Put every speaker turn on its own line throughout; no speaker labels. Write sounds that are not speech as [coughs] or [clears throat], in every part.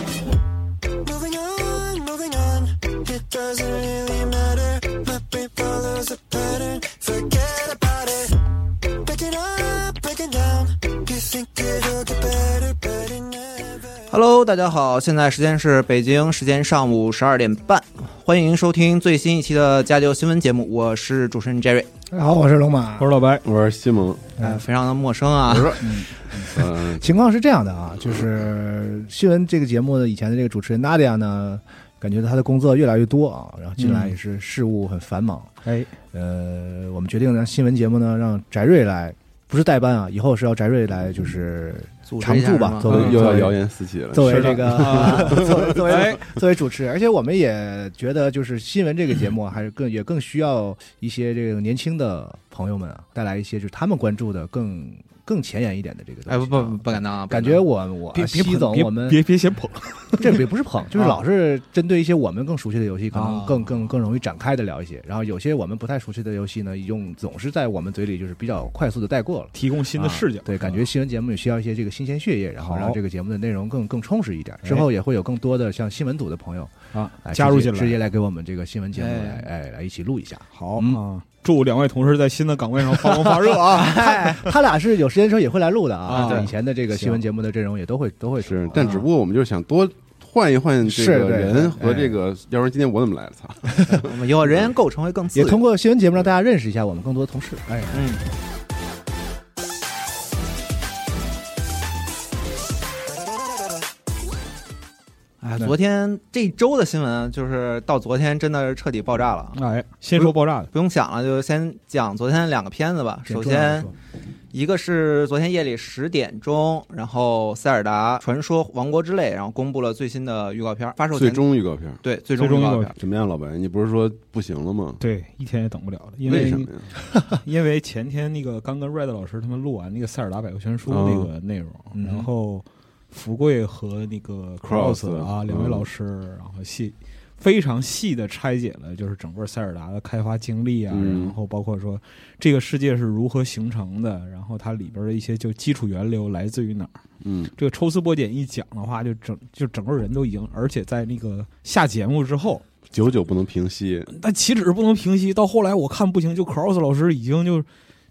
Moving on, moving on. It doesn't really matter. Nothing follows a pattern. Forget about it. Pick it up, break it down. You think it'll get better, but it never.
Hello，大家好，现在时间是北京时间上午十二点半，欢迎收听最新一期的加九新闻节目，我是主持人 Jerry，
大家好，我是龙马。
我是老白，我是西蒙。
嗯
哎，非常的陌生啊，
嗯，
情况是这样的啊，就是新闻这个节目的以前的这个主持人 Nadia 呢，感觉到他的工作越来越多啊，然后近来也是事务很繁忙。
哎，
呃，我们决定让新闻节目呢，让翟瑞来，不是代班啊，以后是要翟瑞来，就是
组
常驻吧，作
作
为
为
又要谣言四起了。
作为这个 [laughs] 作
[laughs]
为作
哎
为作为主持人，而且我们也觉得，就是新闻这个节目啊还是更也更需要一些这个年轻的朋友们啊，带来一些就是他们关注的更更前沿一点的这个东西啊。
哎不不不不敢当啊，不
感
敢
觉
当
我我西总我们
别先捧，
这也不是捧， [laughs] 就是
啊
老是针对一些我们更熟悉的游戏，可
啊
能更更更容易展开的聊一些。然后有些我们不太熟悉的游戏呢，用总是在我们嘴里就是比较快速的带过了。
提供新的视角。
啊对，感觉新闻节目也需要一些这个新鲜血液，然后
好
让这个节目的内容更更充实一点。之后也会有更多的像新闻组的朋友
啊
来
加入
直接
进
直
来。
接来给我们这个新闻节目
哎
来哎来一起录一下。
好
嗯
啊，祝两位同事在新的岗位上发光发
[laughs]
热啊！
他他俩是有时间的时候也会来录的啊，
啊对
以前的这个新闻节目的阵容也都会都会出
是
啊，
但只不过我们就是想多换一换这
是
个
对
人
对
和这个，要不然今天我怎么来了？操！
我们以后人员构成会更自
也
由。
通过新闻节目让大家认识一下我们更多的同事。哎，
嗯，哎，昨天这一周的新闻就是到昨天真的是彻底爆炸了，
哎，先说爆炸的，
不用想了，就先讲昨天两个片子吧。首
简单来
先
说，
一个是昨天夜里十点钟，然后《塞尔达传说：王国之泪》，然后公布了最新的预告片，发售前
最终预告片
对最
最
终
终
预告
一
片
个，
怎么样，老白？你不是说不行了吗？
对一天也等不了了，因
为
为
什么呀？
因为前天那个刚跟 Red 老师他们录完那个塞尔达百科全书
嗯
那个内容，
嗯
然后福贵和那个
Cross，
Cross 啊
嗯
两位老师，然后细非常细的拆解了就是整个塞尔达的开发经历啊，
嗯
然后包括说这个世界是如何形成的，然后它里边的一些就基础源流来自于哪儿。
嗯，
这个抽丝剥茧一讲的话，就整就整个人都已经，而且在那个下节目之后，
久久不能平息。
但岂止是不能平息，到后来我看不行，就 Cross 老师已经就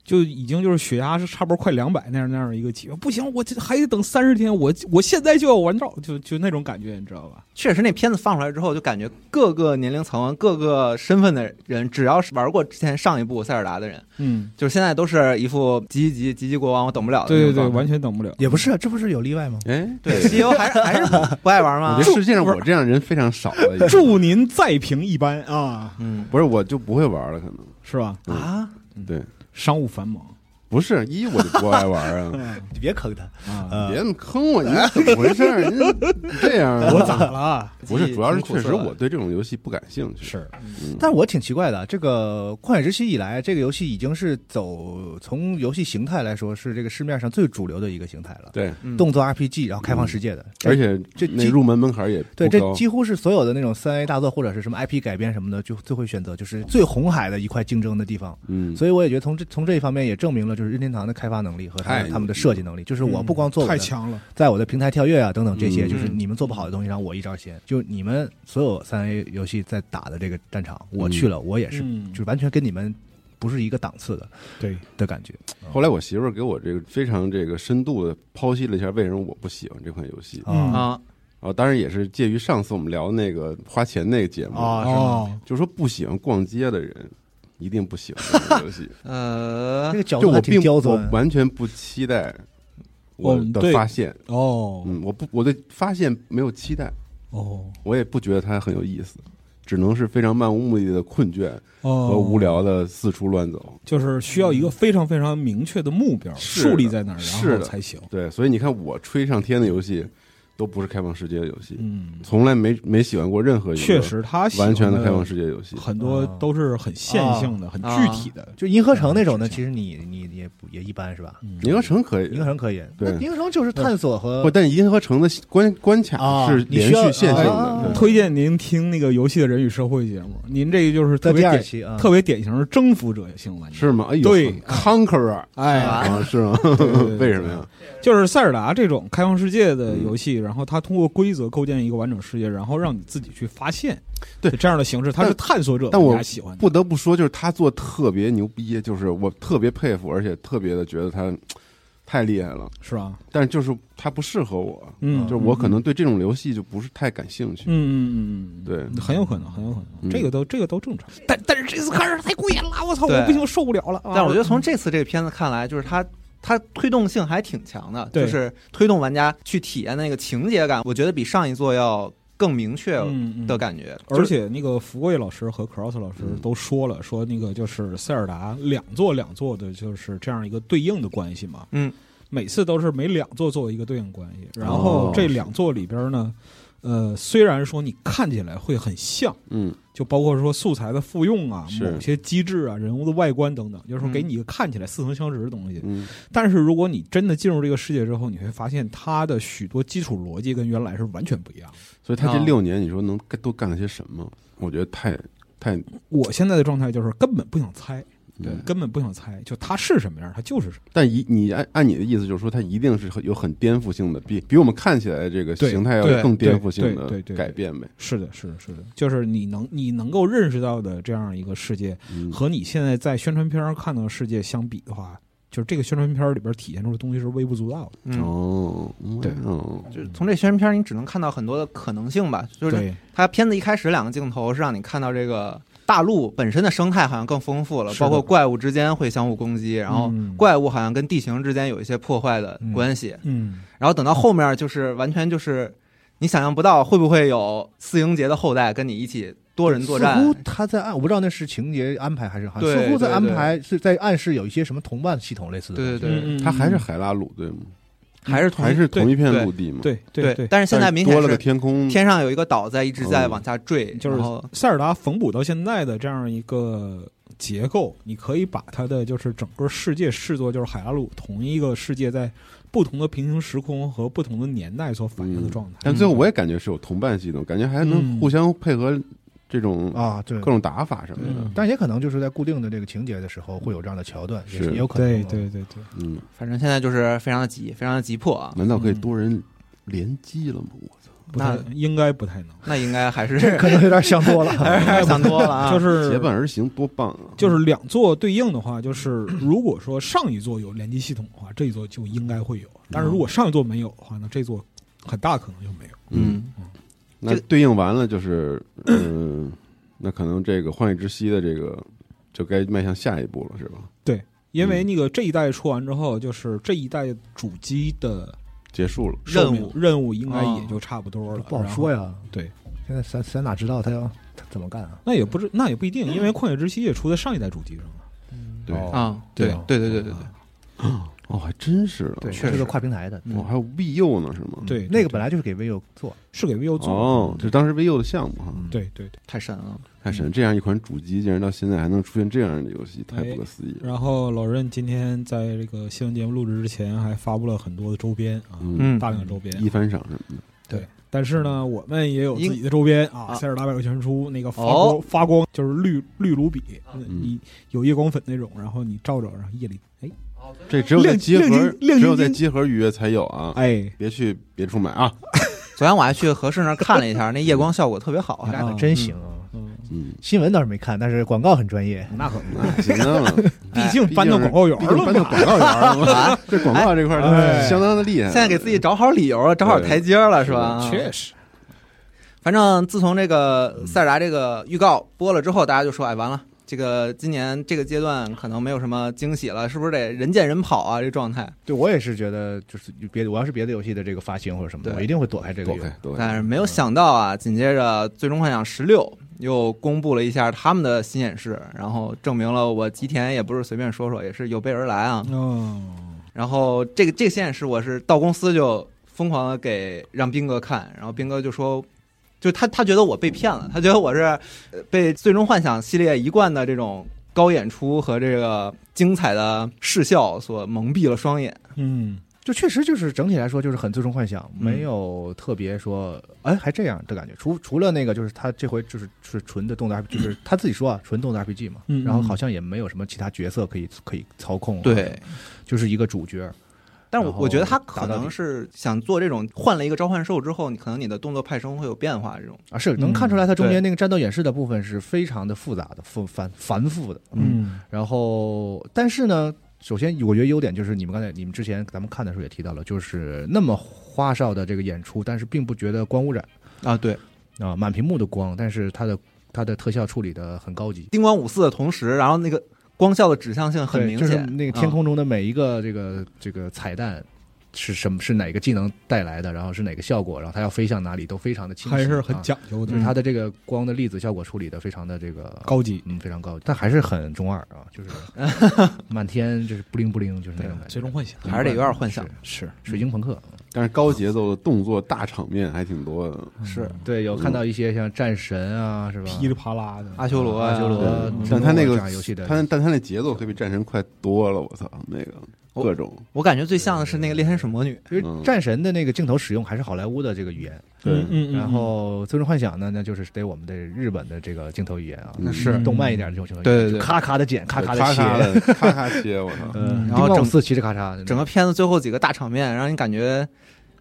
就已经就是血压是差不多快两百那样那样的一个级别，不行，我这还得等三十天，我我现在就要完照，就就那种感觉，你知道吧？
确实那片子放出来之后，就感觉各个年龄层、各个身份的人，只要是玩过之前上一部塞尔达的人，
嗯，
就是现在都是一副急急急急急国王，我等不了的
对
那
啊对
种
对，
状态。
完全等
[laughs]
不了。
也不是，这不是有例外吗？
哎，
对，西游还是还是不爱玩
我觉
吗
得？世界上我这样人非常少了。已经
祝您再评一般啊，
嗯
不是我就不会玩了，可能
是吧？
啊，
对，
商务繁忙
不是一我就不爱玩啊。
你别坑他，
啊，
呃
别，那么坑我，你怎么回事儿？您这样啊，
我咋了？
不是，主要是
挺苦
确
涩
实
的
我对这种游戏不感兴趣。
是
但是我挺奇怪的，这个《旷野之息》以来，这个游戏已经是走从游戏形态来说，是这个市面上最主流的一个形态了。
对，嗯
嗯
动作 RPG，然后开放世界的，这
而且
哎这
那
几
入门门槛也不
对这
高。
几乎是所有的那种三 A 大作或者是什么 IP 改编什么的，就最会选择就是最红海的一块竞争的地方。
嗯，
所以我也觉得从这从这一方面也证明了，就是任天堂的开发能力和他
太
们他们的设计能力。就是我不光做我的
嗯太强了，
在我的平台跳跃啊等等这些，
嗯
就是你们做不好的东西，让我一招鲜。就你们所有三 A 游戏在打的这个战场，我去了，我也是，
嗯
就是完全跟你们不是一个档次的
对，
的感觉
后来我媳妇儿给我这个非常这个深度的剖析了一下，为什么我不喜欢这款游戏。
嗯
啊，
啊，当然也是介于上次我们聊那个花钱那个节目，
啊！是吗
哦，
就说不喜欢逛街的人
[laughs]
一定不喜欢这款游戏。
呃
这，个角
就
度
我
还挺
并
刁
我
钻，
完全不期待我
哦
的
对
发现，
哦
嗯，我不我对发现没有期待，
哦
我也不觉得它很有意思，只能是非常漫无目的的困倦
哦，
和无，聊的四处乱走。
就是需要一个非常非常明确的目标
是的
树立在那儿，
是
然
的
后才行。
对，所以你看我吹上天的游戏，都不是开放世界的游戏，
嗯，
从来没没喜欢过任何一个
确实他喜欢
完全的开放世界游戏。
很多
啊
都是很线性
啊
的、很具体的。
就银河城那种呢，
嗯是
其实你你你也不也一般是吧？
嗯
银河城可以
银河，城可以，
对
那银河城就是探索
不，
和
但银河城的关关卡
啊
是
你
连
需要
续线性
啊
的。对
推荐您听那个游戏的人与社会节目，您这个就是特
在
别
第二
典、
嗯
期啊，
特别典型的征服者性玩家。
是吗？哎呦，
对啊
，Conqueror
哎，
啊，是吗？ [laughs]
对
为什么呀？
就是塞尔达这种开放世界的游
嗯
戏，然后它通过规则构建一个完整世界，然后让你自己去发现。
对
就这样的形式，它是探索者
但我
玩家喜欢的。
不得不说，就是他做特别牛逼，就是我特别佩服，而且特别的觉得他嘖太厉害了。
是吧？
但就是他不适合我，
嗯，
就是我可能对这种游戏就不是太感兴趣。
嗯，嗯嗯嗯嗯，
对
很有可能，很有可
嗯
能，这个都这个都正常。但但是这次开始太过瘾了，我操，
对
我不行，受不了了。啊
但我觉得从这次这个片子看来，就是它它推动性还挺强的，
对
就是推动玩家去体验的那个情节感，我觉得比上一座要更明确
嗯嗯
的感觉。
而且那个福贵老师和 Cross 老师
嗯
都说了，说那个就是塞尔达两座两座的，就是这样一个对应的关系嘛。
嗯，
每次都是每两座作为一个对应关系，然
哦
后这两座里边呢，呃，虽然说你看起来会很像。
嗯，
就包括说素材的复用啊，
是
某些机制啊，人物的外观等等，就是说
嗯
给你一个看起来似曾相识的东西。
嗯，
但是如果你真的进入这个世界之后，你会发现它的许多基础逻辑跟原来是完全不一样的。
所以他这
啊
六年，你说能干都干了些什么？我觉得太太
我现在的状态就是根本不想猜，
对
根本不想猜，就它是什么样，它就是什么。
但一你按按你的意思，就是说它一定是很有很颠覆性的，比比我们看起来这个
对
形态要
对
更颠
对
覆性
对对
的
对对
改变呗。
是的，是的，是的，就是你能你能够认识到的这样一个世界，
嗯
和你现在在宣传片上看到的世界相比的话，就是这个宣传片里边体现出的东西是微不足道的。
嗯，
哦，
对
哦，
就是从这宣传片儿你只能看到很多的可能性吧，就是
对，
它片子一开始两个镜头是让你看到这个大陆本身的生态好像更丰富了，
是的
包括怪物之间会相互攻击，然后
嗯
怪物好像跟地形之间有一些破坏的关系，
嗯，
然后等到后面就是完全就是你想象不到会不会有四英杰的后代跟你一起多人作
似
战
乎，他在暗，我不知道那是情节安排还是好像，
对
似乎在
对
安
对
排是在暗示有一些什么同伴系统类似的东西。
对对对，
嗯
它还是海拉鲁对吗？
还是同
还是同一片
对
陆地嘛？，
对
对
对，
但是现在明
多
显
了个
是
天空，
天上有一个岛在一直在
嗯
往下坠，
就是
然后
塞尔达缝补到现在的这样一个结构，你可以把它的就是整个世界视作就是海拉鲁同一个世界在不同的平行时空和不同的年代所反映的状态。
但最后我也感觉是有同伴系统，感觉还能
嗯
互相配合这种
啊，对
各。种打法什么的
嗯。
但也可能就是在固定的这个情节的时候会有这样的桥段，也
是
是也有可能
对
的。
对对对，
嗯，
反正现在就是非常的急，非常的急迫啊。
难道可以多人联机了吗？我操，
不太
那
应该不太能，
那应该还是
这 [laughs] 可能有点想多了。
[laughs] 还是想多了啊。
[laughs] 就
结伴
是
而行多棒啊！
就是两座对应的话，就是如果说上一座有联机系统的话，这一座就应该会有；但是如果上一座没有的话，那这座很大可能就没有。
嗯，
嗯，
那对应完了就是，嗯，那可能这个《幻影之息》的这个就该迈向下一步了，是吧？
因为那个这一代出完之后，就是这一代主机的
结束了，
寿
任
命
务
任务应该
啊
也就差不多了，
不好说
呀。
呀。
对，
现在咱咱哪知道他要他怎么干啊？
那也不是，那也不一定，因为《旷野之息》也出在上一代主机上了。
对，
哦
啊，
对
啊
对对对对对，
哦，还真是啊，
对
确
是
实
个跨平台的。
哦，还有 VU 呢，是吗？
对，
那个
对
本来就是给 vivo 做，
是给 VU 做
嗯
的
哦，这是当时 VU 的项目哈，
嗯
对对对。
太神了。
太神！这样一款主机竟然到现在还能出现这样的游戏，
哎
太不可思议了。
然后老任今天在这个新闻节目录制之前，还发布了很多的周边啊，
嗯，
大量的周边。
一番赏什么的，
对，但是呢，
嗯
我们也有自己的周边啊，
啊
塞尔达百科全书那个发光、
哦
发光就是绿绿卢比，
啊
你有夜光粉那种，然后你照照，然后夜里哎
这只有在集
亮
合
晶，亮晶晶
只有在集合预约才有啊！
哎，
别去别处买啊！
昨天我还去和氏那儿看了一下，那夜光效果特别好，还
那可
啊
真行啊！
嗯，
嗯，
新闻倒是没看，但是广告很专业。
那可不，
那行啊，
[laughs] 毕竟搬到广告园
毕竟
了
搬
嘛
到广告园了嘛，
[laughs]
这广告这块儿
哎
相当的厉害。
现在给自己找好理由了，找好台阶了，是吧？啊
确实，嗯
反正自从这个塞尔达这个预告播了之后，大家就说：“哎，完了，这个今年这个阶段可能没有什么惊喜了，是不是得人见人跑啊？这状态，
对我也是觉得，就是别我要是别的游戏的这个发行或者什么的，
对
我一定会躲开这个
躲
游
开
戏。
躲
但
开，
是
嗯
没有想到啊，紧接着《最终幻想十六》又公布了一下他们的新演示，然后证明了我吉田也不是随便说说，也是有备而来啊。
嗯，
然后这个这个新演示我是到公司就疯狂的给让斌哥看，然后斌哥就说，就他他觉得我被骗了，他觉得我是呃被《最终幻想》系列一贯的这种高演出和这个精彩的视效所蒙蔽了双眼。
嗯，
就确实就是整体来说就是很最终幻想，
嗯
没有特别说哎还这样的感觉。除除了那个就是他这回就是是纯的动作 RPG，就是 [coughs] 他自己说啊纯动作 RPG 嘛，
嗯
然后好像也没有什么其他角色可以可以操控，，啊
对，
就是一个主角。
但我
然后
我觉得他
打
可
到底
能是想做这种换了一个召唤兽之后，你可能你的动作派生会有变化这种。
啊，是能看
嗯
出来，它中间那个战斗演示的部分是非常的复杂的、复繁繁复的。，
嗯，
然后但是呢，首先我觉得优点就是你们刚才你们之前咱们看的时候也提到了，就是那么花哨的这个演出，但是并不觉得光污染
啊，对，
啊，满屏幕的光，但是它的它的特效处理的很高级，
叮咣五四的同时，然后那个光效的指向性很
对
明
就是
显，
那个天空中的每一个这个、这个彩蛋。是什么？是哪个技能带来的？然后是哪个效果？然后它要飞向哪里都非常的清晰，
还是很
啊
讲究
就
的，
是它的这个光的粒子效果处理的非常的这个
高级。
嗯，非常高，但还是很中二啊，就是 [laughs] 满天就是布灵布灵，就是那种感觉，
最终幻想
还是得有点幻想。
是
水晶朋克。啊
但是高节奏的动作大场面还挺多的，
是
对，有看到一些像战神啊，是吧？
噼里啪啦的，
啊
阿修罗啊呀、
阿修罗
对
嗯
但他那个
这样游戏的
他但他那节奏可比战神快多了，我操，那个
我
各种
我感觉最像的是那个《猎
嗯
天使魔女》，
因为战神的那个镜头使用还是好莱坞的这个语言，
对
嗯，嗯，嗯
然后《最终幻想》呢，那就是得我们的日本的这个镜头语言啊，
嗯
是
动漫一点的这种镜头语言，
对对对
就咔咔的剪，咔
咔
的切，
的咔咔切，我
[laughs]
操，
嗯，
然后
整
整
四骑着咔嚓，
整个片子最后几个大场面，让你感觉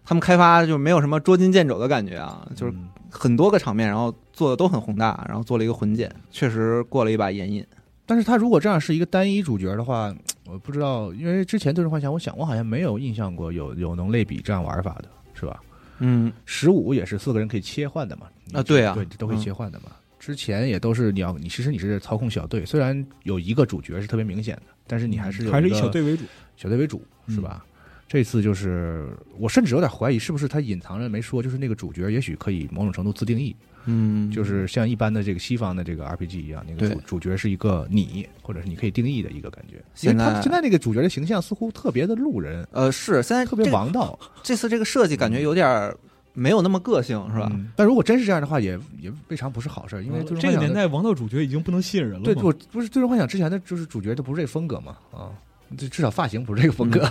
他们开发就没有什么捉襟见肘的感觉啊，就是
嗯
很多个场面，然后做的都很宏大，然后做了一个混剪，确实过了一把眼瘾。
但是他如果这样是一个单一主角的话，我不知道，因为之前《最终幻想》，我想我好像没有印象过有有能类比这样玩法的，是吧？
嗯，
十五也是四个人可以切换的嘛？
啊对啊
对，都可以
嗯
切换的嘛。之前也都是你要，你其实你是操控小队，虽然有一个主角是特别明显的，但是你还是有
嗯还是
一
以
个
小队为主。
小队为主，是吧？
嗯
这次就是我甚至有点怀疑，是不是他隐藏着没说，就是那个主角也许可以某种程度自定义，
嗯，
就是像一般的这个西方的这个 RPG 一样，那个主
对
主角是一个你，或者是你可以定义的一个感觉。因
现
为
在
他现在那个主角的形象似乎特别的路人，
呃是现在
特别
这个
王道，
这次这个设计感觉有点儿没有那么个性，是吧？哦
嗯但如果真是这样的话，也也未尝不是好事儿，因为最终
啊这
幻
个
想
年
的
代王道主角已经不能吸引人了嘛。
对，我不是最终幻想之前的就是主角，他不是这风格嘛啊。就至少发型不是这个风格，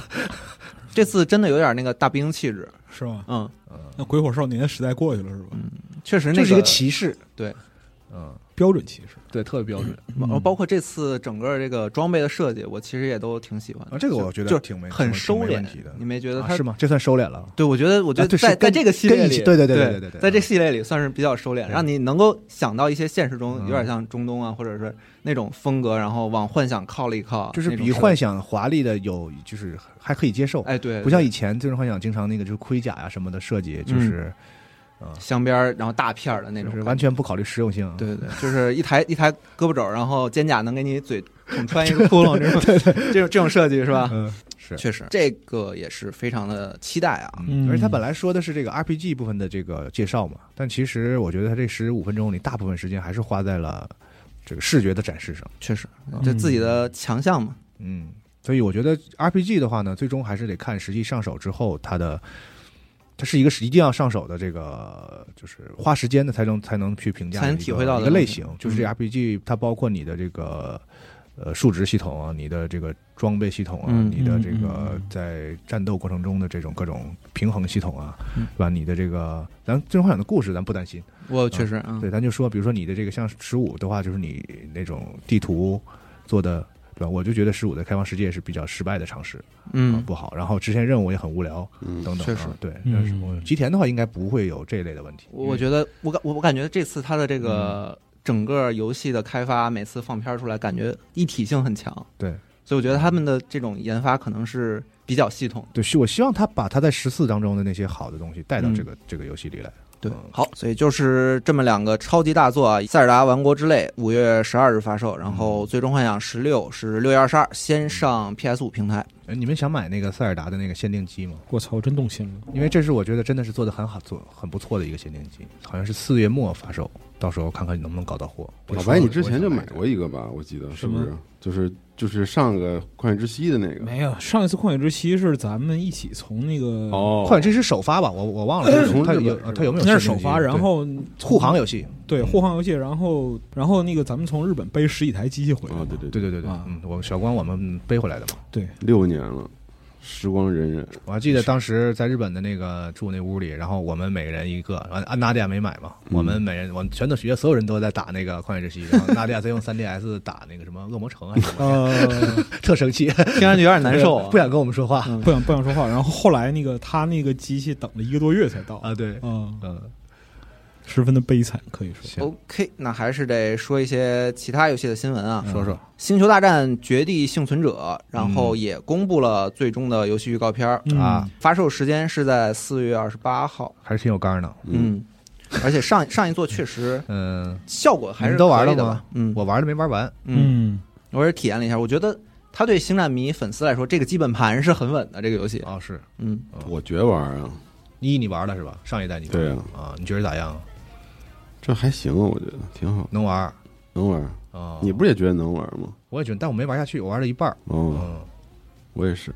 这次真的有点那个大兵气质，
是吧？
嗯，
那鬼火少年的时代过去了是
嗯
吧？
确实那
就是一个骑士，
对，
嗯，
标准骑士，
对，特别标准
嗯然后包括这次整个这个装备的设计，我其实也都挺喜欢的。
啊。这个我觉得
就
挺没
很收
挺没
敛
问题的，
你没觉得
啊
它
是吗？这算收敛了，
对，我觉得，我觉
啊对
得
是
在、在
跟
这个系列
跟以
里，
前对对对
对
对对对
在这系列里算是比较收敛，
嗯
让你能够想到一些现实中
嗯
有点像中东啊，或者是那种风格，然后往幻想靠了一靠，
就是
啊那种
比
设
幻
计
想华丽的有，就是还可以接受，
哎对，
不像
对
以前《最终幻想》经常那个就是盔甲呀、什么的设计，就是、
镶边儿然后大片儿的那
就
种
是
感觉，
完全不考虑实用性。啊
对
[laughs]
对，对就是一抬一抬胳膊肘，然后肩胛能给你嘴捅穿
[laughs]
一个窟窿，这种这种这种设计是吧？
嗯，是。
确实，这个也是非常的期待啊。
嗯
而且他本来说的是这个 RPG 部分的这个介绍嘛，但其实我觉得他这十五分钟里，大部分时间还是花在了这个视觉的展示上。
确实，这自己的强项嘛。
嗯，所以我觉得 RPG 的话呢，最终还是得看实际上手之后它的，它是一个是一定要上手的这个，就是花时间的才能才能去评价
才能
一个
体会到的
一个类
东西嗯
型，就是这 RPG 它包括你的这个呃数值系统啊，你的这个装备系统啊，
嗯
你的这
嗯
个
嗯
在战斗过程中的这种各种平衡系统啊，
嗯
对吧？你的这个咱最终幻想的故事咱不担心，
我确实，嗯，
对，咱就说，比如说你的这个像十五的话，就是你那种地图做的，对吧？我就觉得十五的开放世界是比较失败的尝试，啊
嗯，
不好。然后支线任务也很无聊，
嗯，
等等、啊，
确实
对。
嗯
但是我吉田的话，应该不会有这类的问题。嗯
我觉得我感我我感觉这次它的这个整个游戏的开发，每次放片儿出来，感觉一体性很强，
对
所以我觉得他们的这种研发可能是比较系统。
嗯
对，是我希望他把他在十四当中的那些好的东西带到这个、这个游戏里来。
对
嗯，
好，所以就是这么两个超级大作啊，《塞尔达王国之泪》五月十二日发售，然
嗯
后《最终幻想十六》是六月二十二，先上 PS 五平台。
呃你们想买那个塞尔达的那个限定机吗？
我操，真动心了。
因为这是我觉得真的是做的很好，做很不错的一个限定机，好像是四月末发售，到时候看看能不能搞到货。我
老
说
白，你
我
之前就
想
买
一个
过一个吧？我记得是
什
不
么
是？就是就是上个《旷野之息》的那个
没有，上一次《旷野之息》是咱们一起从那个，
哦
快，这是首发吧？我我忘了，
从
它
日
有
本
呃它有没有
那是
限
首
定机
发，然
对
后
护航游戏，
嗯对护航游戏，然后然后那个咱们从日本背十几台机器回来嘛，
哦，对对
对
对，
对对对
啊，
嗯，我们小光我们背回来的嘛。
六年了，时光荏苒，
我还记得当时在日本的那个住那屋里，然后我们每个人一个，安安娜迪亚没买嘛，
嗯
我们每人我们全体学所有人都在打那个《旷野之息》，然后娜迪亚在用 3DS 打那个什么《恶魔城》，还啊
[laughs]
是什么，
呃，嗯
特生气，
听上去有点难受啊
[laughs] 不。想跟我们说话
不想不想说话。然后后来那个他那个机器等了一个多月才到，
啊。对，
嗯，
嗯，
十分的悲惨，可以说。
行，
OK，那还是得说一些其他游戏的新闻啊。
说说，
星球大战》《绝地幸存者》，然后
嗯
也公布了最终的游戏预告片儿、
嗯
啊，
发售时间是在四月二十八号。
还是挺有刚的。
嗯，
嗯，而且上上一座确实
嗯，
效果还
你
是
们都玩
可以
了
的
吗
吧？嗯，
我玩的没玩完，
嗯，
嗯，
我也体验了一下，我觉得它对星战迷粉丝来说，这个基本盘是很稳的。这个游戏，
哦，是
嗯，
我绝玩啊，
一你玩了是吧？上一代你玩
对啊，
啊，你觉得咋样？
这还行，我觉得挺好，
能玩
能玩。
哦，
你不是也觉得能玩吗？
我也觉得，但我没玩下去，我玩了一半儿。
哦，
嗯，
我也是，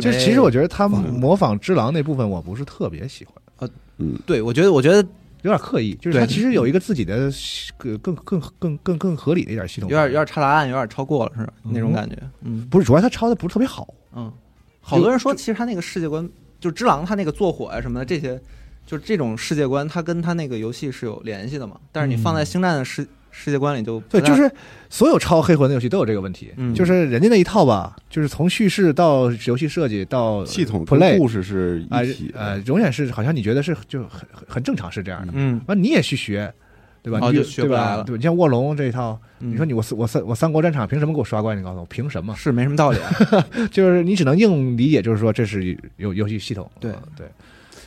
就其实我觉得他模仿只狼那部分，我不是特别喜欢。
嗯，
对我觉得，我觉得
有点刻意，就是它
对
其实有一个自己的系更更更更更更合理的一点系
有
统，
点有点差答案，有点超过了，是吧
嗯
那种感觉。嗯
不是主要它抄的不是特别好，
嗯，好多人说，其实他那个世界观，就只狼他那个坐火啊呀、什么的这些，就这种世界观，它跟他那个游戏是有联系的嘛。但是你放在星战的世世界观里就不
嗯对，
太
就是所有抄黑魂的游戏都有这个问题，
嗯
就是人家那一套吧，就是从叙事到游戏设计到
系统跟
呃 play
故事是
啊
一体的
呃，永远是好像你觉得是就很很很正常是这样的，
嗯，
完你也去学。对吧？
哦
你
就
比
学
对
不
吧
来了
对，你像卧龙这一套，
嗯
你说你我我三我三国战场凭什么给我刷怪？你告诉我凭什么？
是没什么道理、啊。
就是你只能硬理解，就是说这是有游戏系统。
对
呃对，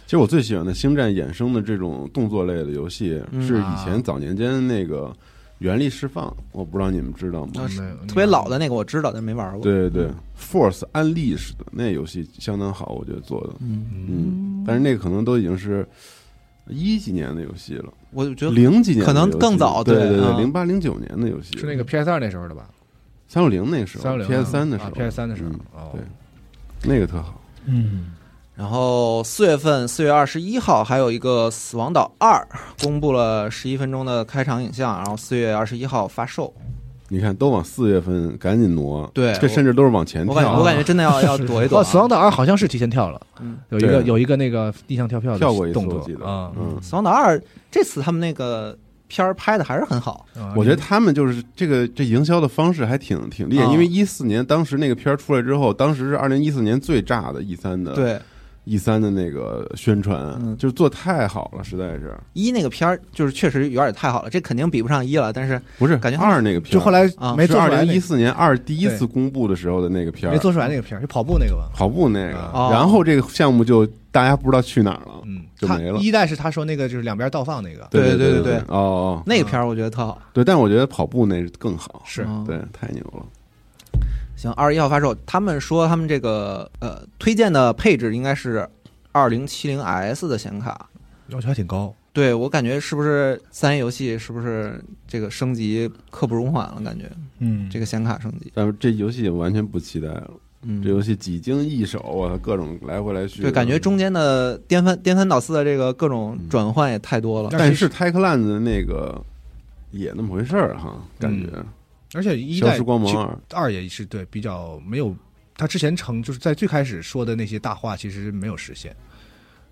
其实我最喜欢的星战衍生的这种动作类的游戏，
嗯
是以前早年间那个原力释放，我不知道你们知道吗？
啊是嗯
没有
特别老的那个我知道，但没玩过。，
对对对，Force 安利式的那游戏相当好，我觉得做的，
嗯，
嗯，但是那个可能都已经是一几年的游戏了，
我就觉得
零几年的游戏
可能更早
对
对
对
啊
对，零八零九年的游戏
是那个 PS 二那时候的吧？
三六零那个时候
三六啊零
，PS 三的时
啊
候
，PS 三的时候
嗯，
哦，
对那个特好，
嗯，
然后四月份，四月二十一号还有一个《死亡岛二》，公布了十一分钟的开场影像，然后四月二十一号发售。
你看都往四月份赶紧挪，
对
这
我
甚至都是往前
我感觉，我
跳，
感觉真的要要躲一躲、啊
哦，死亡岛二好像是提前跳了，
嗯
有一个
对
有一个那个地上跳票的
跳过一次
动
我
作
记得
啊，
嗯。
死亡岛二》这次他们那个片儿拍的还是很好，
啊
我觉得他们就是这个这营销的方式还挺挺厉害，
啊
因为一四年当时那个片儿出来之后，当时是二零一四年最炸的 E 三的
对
E 三的那个宣传，
嗯
就是做太好了，实在是
一那个片儿就是确实有点太好了，这肯定比不上一了，但是
不是
感觉他们
二那个片儿
就后来
啊
没
是
做
二
出来那
零
个
一四年二第一次公布的时候的那个片
没
儿，
做出来那个片儿，就跑步那个吧，
跑步那个，
哦
然后这个项目就大家不知道去哪儿了，
嗯，
就
他
没了
一代是他说那个就是两边倒放那个，
对
对
对
对对
对，哦哦
那个片儿我觉得特好。
对，但我觉得跑步那更好，
是
嗯
对，太牛了，
行，二十一号发售。他们说他们这个呃推荐的配置应该是二零七零 S 的显卡，
要求还挺高，
对我感觉是不是三 A 游戏是不是这个升级刻不容缓了？感觉
嗯，
这个显卡升级，
但是这游戏我完全不期待了，
嗯，
这游戏几经易手，我操，各种来回来去的，
对，感觉中间的颠翻颠三倒四的这个各种
嗯
转换也太多了。
但是泰克烂的那个也那么回事儿哈，感觉《
而且一
消
代
失光芒啊
其
二》
二也是对比较没有。他之前成就是在最开始说的那些大话，其实没有实现，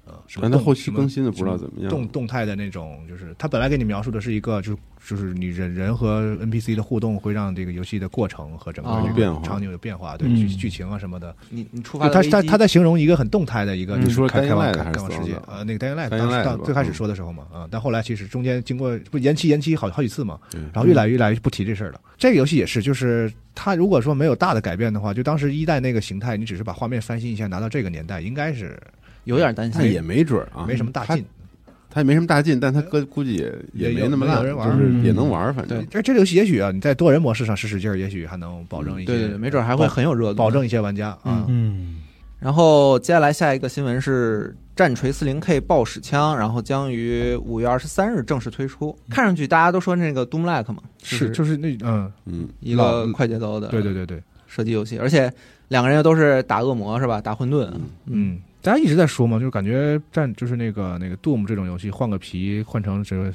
呃，什么
但它
动
哎后续
什么
更新的不知道怎么样
动动态的那种，就是它本来给你描述的是一个，就是就是你人人和 NPC 的互动会让这个游戏的过程和整个
哦
这个
变化
场景有变化，对
嗯
剧剧情啊什么的。
你你触发
就
的
他
危
他
机
他在形容一个很动态的一个，
嗯你
说
开
Dying
开往
Light
开
还是
开往世界
Storm 的
呃，那个 Dying Light
Dying
当时
Light
到
吧
最开始
嗯
说的时候嘛，啊，但后来其实中间经过不延期延期好好几次嘛，
对
然后
嗯
越来越来越不提这事儿了。这个游戏也是，就是它如果说没有大的改变的话，就当时一代那个形态，你只是把画面翻新一下，拿到这个年代，应该是
有点担
但也
心。
没准儿啊，
没什么大劲。
他，他也没什么大劲，但他哥估计也
也
没那么烂，
有人玩
就是
嗯
也能玩儿，反正
对
而这个游戏也许啊，你在多人模式上使使劲儿，也许还能保证一
对
些，
对对，没准还会很有热度。
保证一些玩家啊。
嗯，
然后接下来下一个新闻是战锤 40K 爆屎枪，然后将于五月二十三日正式推出。看上去大家都说那个 Doom Like 嘛，就
是，
是呃
就是那嗯，
嗯，
一
老
个快节奏的
对对对对，
射击游戏，而且两个人又都是打恶魔是吧？打混沌，
嗯，大家一直在说嘛，就是感觉战就是那个那个 Doom 这种游戏换个皮换成这个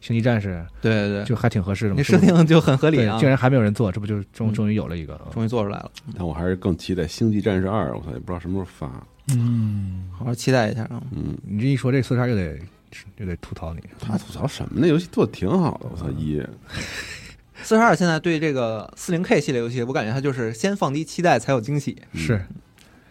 星际战士，
对对对，
就还挺合适的嘛。
那
是
设
不是
定就很合理
对
啊
竟，然还没有人做，这不就是终
嗯
终于有了一个？
终于做出来了，
但我还是更期待《星际战士二》，我操，也不知道什么时候发。
嗯，
好好期待一下啊。
嗯，
你这一说，这四十二又得又得吐槽你。
他吐槽什么呢？游戏做的挺好的，我操一，
四十二现在对这个四零 K 系列游戏，我感觉它就是先放低期待才有惊喜。
嗯
是，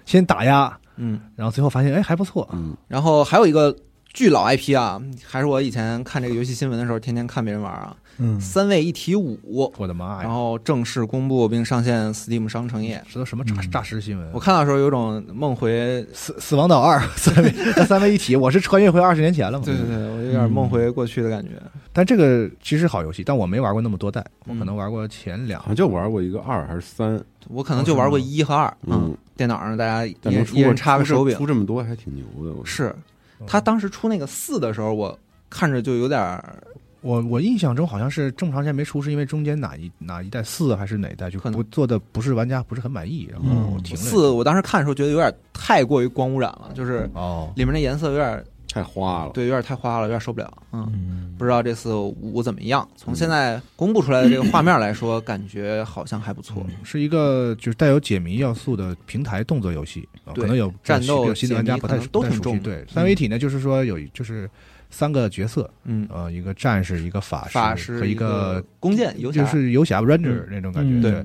先打压，
嗯，
然后最后发现哎还不错，
嗯，
然后还有一个巨老 IP 啊，还是我以前看这个游戏新闻的时候，天天看别人玩啊，
嗯
《三位一体五》，
我的妈
然
呀，
后正式公布并上线 Steam 商城页。
这都什么诈
嗯
诈尸新闻？
我看到的时候有种梦回，
死死亡岛二 [laughs] 三位这三位一体，我是穿越回二十年前了嘛？
对对对，我有点梦回过去的感觉。
但这个其实好游戏，但我没玩过那么多代，我
嗯
可能玩过前两
好。像就玩过一个二还是三，
我可能就玩过一和二，
嗯，，
电脑上大家一
但能
人
出
一人插个
出这
手柄
出，这么多还挺牛的，我
是
嗯
他当时出那个四的时候，我看着就有点儿
我我印象中好像是这么长时间没出，是因为中间哪一哪一代四还是哪一代就
可能
不做的不是玩家不是很满意，然后
嗯
停了。
四，我当时看的时候觉得有点太过于光污染了，就是
哦，
里面的颜色有点
太花了。
对，有点太花了，有点受不了。嗯，
嗯
不知道这次五怎么样。
嗯
从现在公布出来的这个画面来说，感觉好像还不错。
是一个就是带有解谜要素的平台动作游戏，啊
对
可能有
战斗
比较新的玩家不太
解谜可能都
不太
挺
熟悉
重
对，三维体呢，就是说有就是三个角色，
嗯，
呃，一个战士，一个法
法
和
师
一
个弓箭游侠
就，是游侠 Ranger
嗯
那种感觉，
对。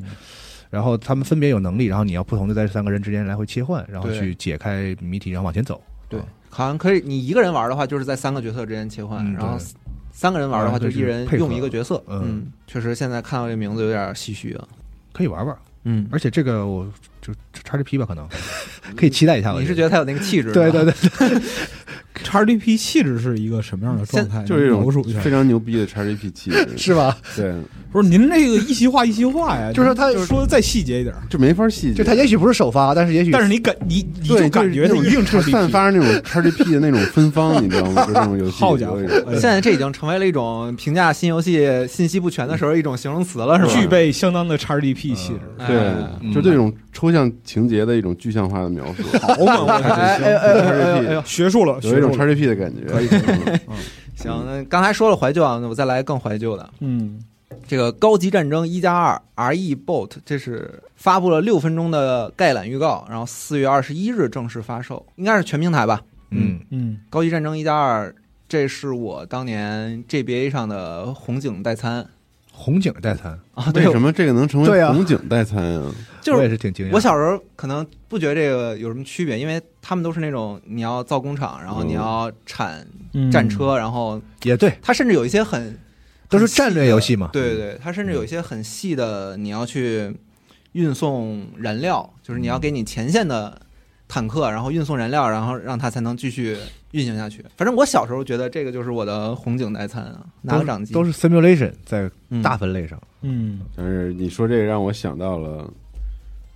然后他们分别有能力，然后你要不同的在这三个人之间来回切换，然后
对
去解开谜题，然后往前走。
对，好像可以。你一个人玩的话，就是在三个角色之间切换，
嗯
然后
对
三个人玩的话，
然后
就
就是
一人
配合
用一个角色。
嗯
嗯，确实现在看到这名字有点唏嘘啊。
可以玩玩。
嗯，
而且这个我就叉 GP 吧，可能 [laughs] 可以期待一下。我
你是
觉
觉得他有那个气质？
对对
对，
对，
叉 GP 气质是一个什么样的状态？
就是一
描述
种
一下
非。常牛逼的 XGP 气质，
[laughs] 是吧？
嗯
对，
不是您这个一席话一席话呀，
就是说他
说的再细节一点儿，
就没法细节。
就他也许不是首发，但是也许
但是你感你你
对，
感觉他
它
一定
是那
叉
种散
GP。
发那种 XGP 的那种芬芳，你知道吗？就那种游戏，
好家伙
有一种
哎呀
现在这已经成为了一种评价新游戏信息不全的时候一种形容词了，是吧？
吧
具备相当的叉 GP 气质，
哎
对，
嗯
就这种抽象情节的一种具象化的描述，
好嘛，我
哎
这
哎哎哎
学术了，
有
学
一种
术了，
XGP 的感觉。可以，
行，那刚才说了怀旧啊，那我再来更怀旧的。
嗯
这个《高级战争一加二 RE Bot》，这是发布了六分钟的概览预告，然后四月二十一日正式发售，应该是全平台吧？
嗯，
嗯
《高级战争一加二》，这是我当年 GBA 上的红警代餐
红警代餐，
啊。对，
为什么这个能成
对
为
啊
红警代餐啊？
就
我也
是
是挺惊讶。
我小时候可能不觉得这个有什么区别，因为他们都是那种你要造工厂，然后你要产
嗯
战，车，然后
也对，
它甚至有一些很
都是
很细的
战略游戏嘛嗯
对对对，它甚至有一些很细的，你要去运送燃料，就是你要给你前线的坦克，然后运送燃料，然后让它才能继续运行下去。反正我小时候觉得这个就是我的红警代餐啊，拿
都
个
是
掌机
都是 simulation 在
嗯
大分类上，
嗯
但是你说这个让我想到了，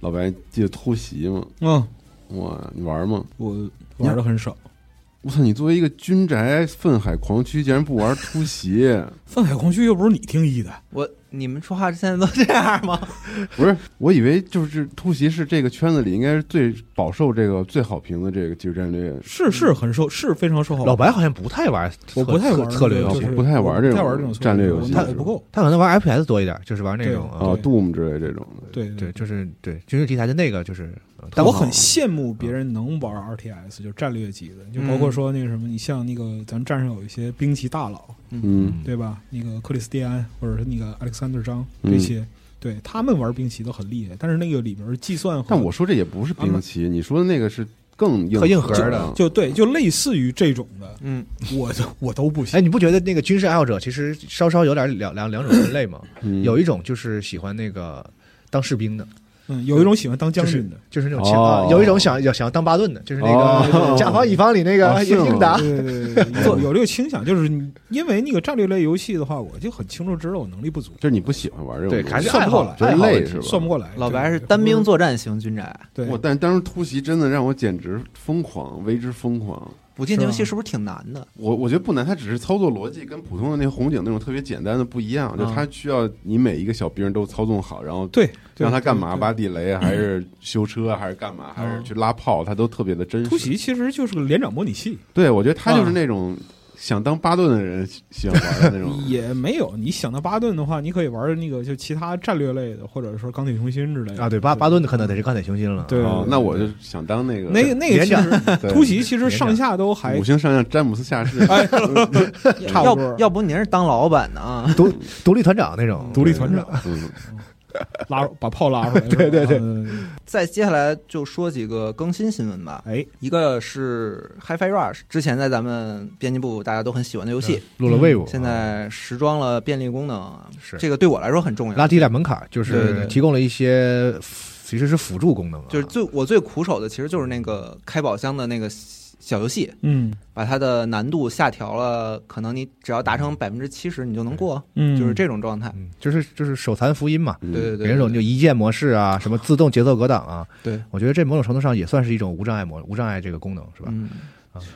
老白记得突袭吗？
嗯，
哇，你玩吗？
我玩的很少，
我操！你作为一个军宅愤海狂区，竟然不玩突袭？
泛海狂区又不是你定义的，
我你们说话现在都这样吗？
[laughs] 不是，我以为就是突袭是这个圈子里应该是最饱受这个最好评的这个技术战略。
是是很受，是非常受好。
老白好像不太玩策，
哦我不太玩
策策略游
就
戏
是，
不太玩这种
不太玩这种
战略游戏
我我不够。
他可能玩 FPS 多一点，就是玩那种
对哦
啊
啊
对
，Doom 之类这种的，
对
对，就是对军事题材的那个就是，呃
但我
当
啊
很羡慕别人能玩 RTS，就是战略级的，就包
嗯
括说那个什么，你像那个咱们站上有一些兵棋大佬，
嗯，
对吧？那个克里斯蒂安或者是那个 Alexander 张
嗯
这些，对他们玩兵棋都很厉害，但是那个里面计算和，
但我说这也不是兵棋，你说的那个是更硬
嗯特硬核
的
的
就对，就类似于这种的，
嗯，
我都我都不
哎，
行。
你不觉得那个军事爱好者其实稍稍有点两两两种分类吗？
嗯
有一种就是喜欢那个当士兵的，
嗯，有一种喜欢当将
就是
军的，
就是那种情况，
哦
有一种想要想要当巴顿的，就是那
哦
个 [laughs] 甲方乙方里那
哦
个
是吗
英达，
对对对对，有有这个倾向，就是你因为那个战略类游戏的话，我就很清楚知道我能力不足，
就是你不喜欢玩这种
对
东西，
还是
算不过来，
觉得
爱好
累
问
是吧？
算不过来。
老白
对
是单兵，作战型军宅，
对，
我但当时突袭真的让我简直疯狂，为之疯狂。
补进这游戏
是
是不是挺难的？
我我觉得不难，它只是操作逻辑跟普通的那个红警那种特别简单的不一样，
嗯
就它需要你每一个小兵都操纵好，然后
对对
让他干嘛？
对嗯
挖地雷还是修车还是干嘛？还是去拉炮？他都特别的真实。
突袭嗯其实就是个连长模拟器，
对我觉得他就是那种想当巴顿的人喜欢玩的那种。
也没有你想到巴顿的话，你可以玩那个就其他战略类的，或者说钢铁雄心之类的
啊，对，巴巴顿可能得是钢铁雄心了，
对
[laughs] 哦，那我就想当那个
那个那个其实
对
突袭，其实上下都还哎
五星上将詹姆斯下士，
[laughs] 差
要
不
不
多。
要不您是当老板的啊？
独独立团长那种，
独立团长
[laughs] 嗯，
拉把炮拉出来，对对对，嗯
[laughs] 再接下来就说几个更新新闻吧。
哎，
一个是 HiFi Rush，之前在咱们编辑部大家都很喜欢的游戏，
入了啊威武，
嗯现在时装了便利功能，
是
这个对我来说很重要。
拉低了门槛，就
对对对
是提供了一些其实是辅助功能啊，
就是最我最苦手的，其实就是那个开宝箱的那个小游戏，
嗯
把它的难度下调了，可能你只要达成百分之七十，你就能过，
嗯，
就是这种状态。
嗯就是就是手残福音嘛，
嗯
对对
别人
对
有就一键模式啊，什么自动节奏格挡啊，
对，
我觉得这某种程度上也算是一种无障碍模无障碍这个功能是吧？
嗯，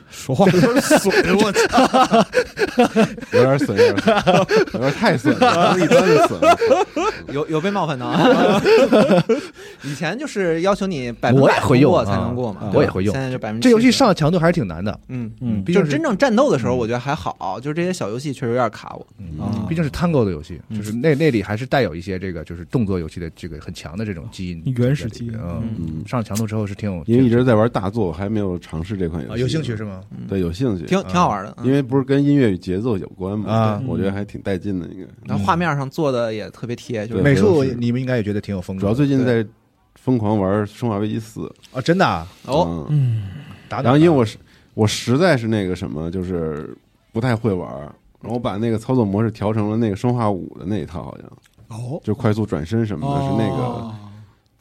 说话就是损，我操，
有点损，有点损，有点太损了，一般就损了。 [laughs]
有有被冒犯到
[laughs]
啊？以前就是要求你百分
我
百
也会用
通过
啊
才能过嘛，
啊
对吧
我也会用
现在就百分之
这游戏上的强度还是挺难的，
嗯。
嗯
毕
就
竟
是真正战斗的时候，我觉得还好，就是这些小游戏确实有点卡我。
啊
嗯毕竟是 Tango 的游戏，
嗯
就是那那里还是带有一些这个就是动作游戏的这个很强的这种基因，
[laughs] 原始基因
嗯，
嗯，
上了强度之后是挺有
因为一直在玩大作，我还没有尝试这款游戏。
啊有兴趣是吗？
对，有兴趣。
嗯挺挺好玩的。嗯
因为不是跟音乐与节奏有关嘛，
啊
对我
嗯
觉得还挺带劲的，应该。
然后画面上做的也特别贴，就是
对
美术
我觉得是
你们应该也觉得挺有风格
主
的，
要最近在疯狂玩《生化危机四》
啊，真的啊，
哦，
嗯
嗯，
打
然后因为我是我实在是那个什么，就是不太会玩儿，然后我把那个操作模式调成了那个《生化五》的那一套，好像
哦，
就快速转身什么的，是那个
哦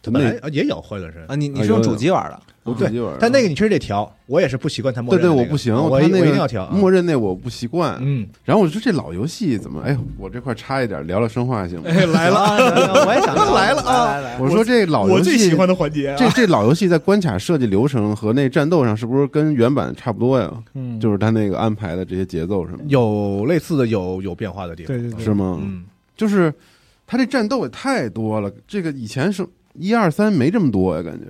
它本来啊也有幻轮身
啊，，你你
啊
是用
哎
有有
主机玩的？
我主机玩儿。
但那个你确实得调，我也是不习惯它默
对
认的
对，
那
我
个。
不行，
我
它
一
那
我
个
一定要调啊。
默认那我不习惯。
嗯，
然后我就说这老游戏怎么？哎呦，我这块插一点，聊聊生化行吗？
哎来
[laughs]
了，
了，啊我也想
来了啊
来来来，
我说这老游戏，
我最喜欢的环节啊，
[laughs]
这这老游戏在关卡设计流程和那战斗上是不是跟原版差不多呀？
嗯
就是它那个安排的这些节奏什么的，
有类似的有有变化的地方。
对对对，
是吗？
嗯，
就是它这战斗也太多了，这个以前是一二三没这么多呀，感觉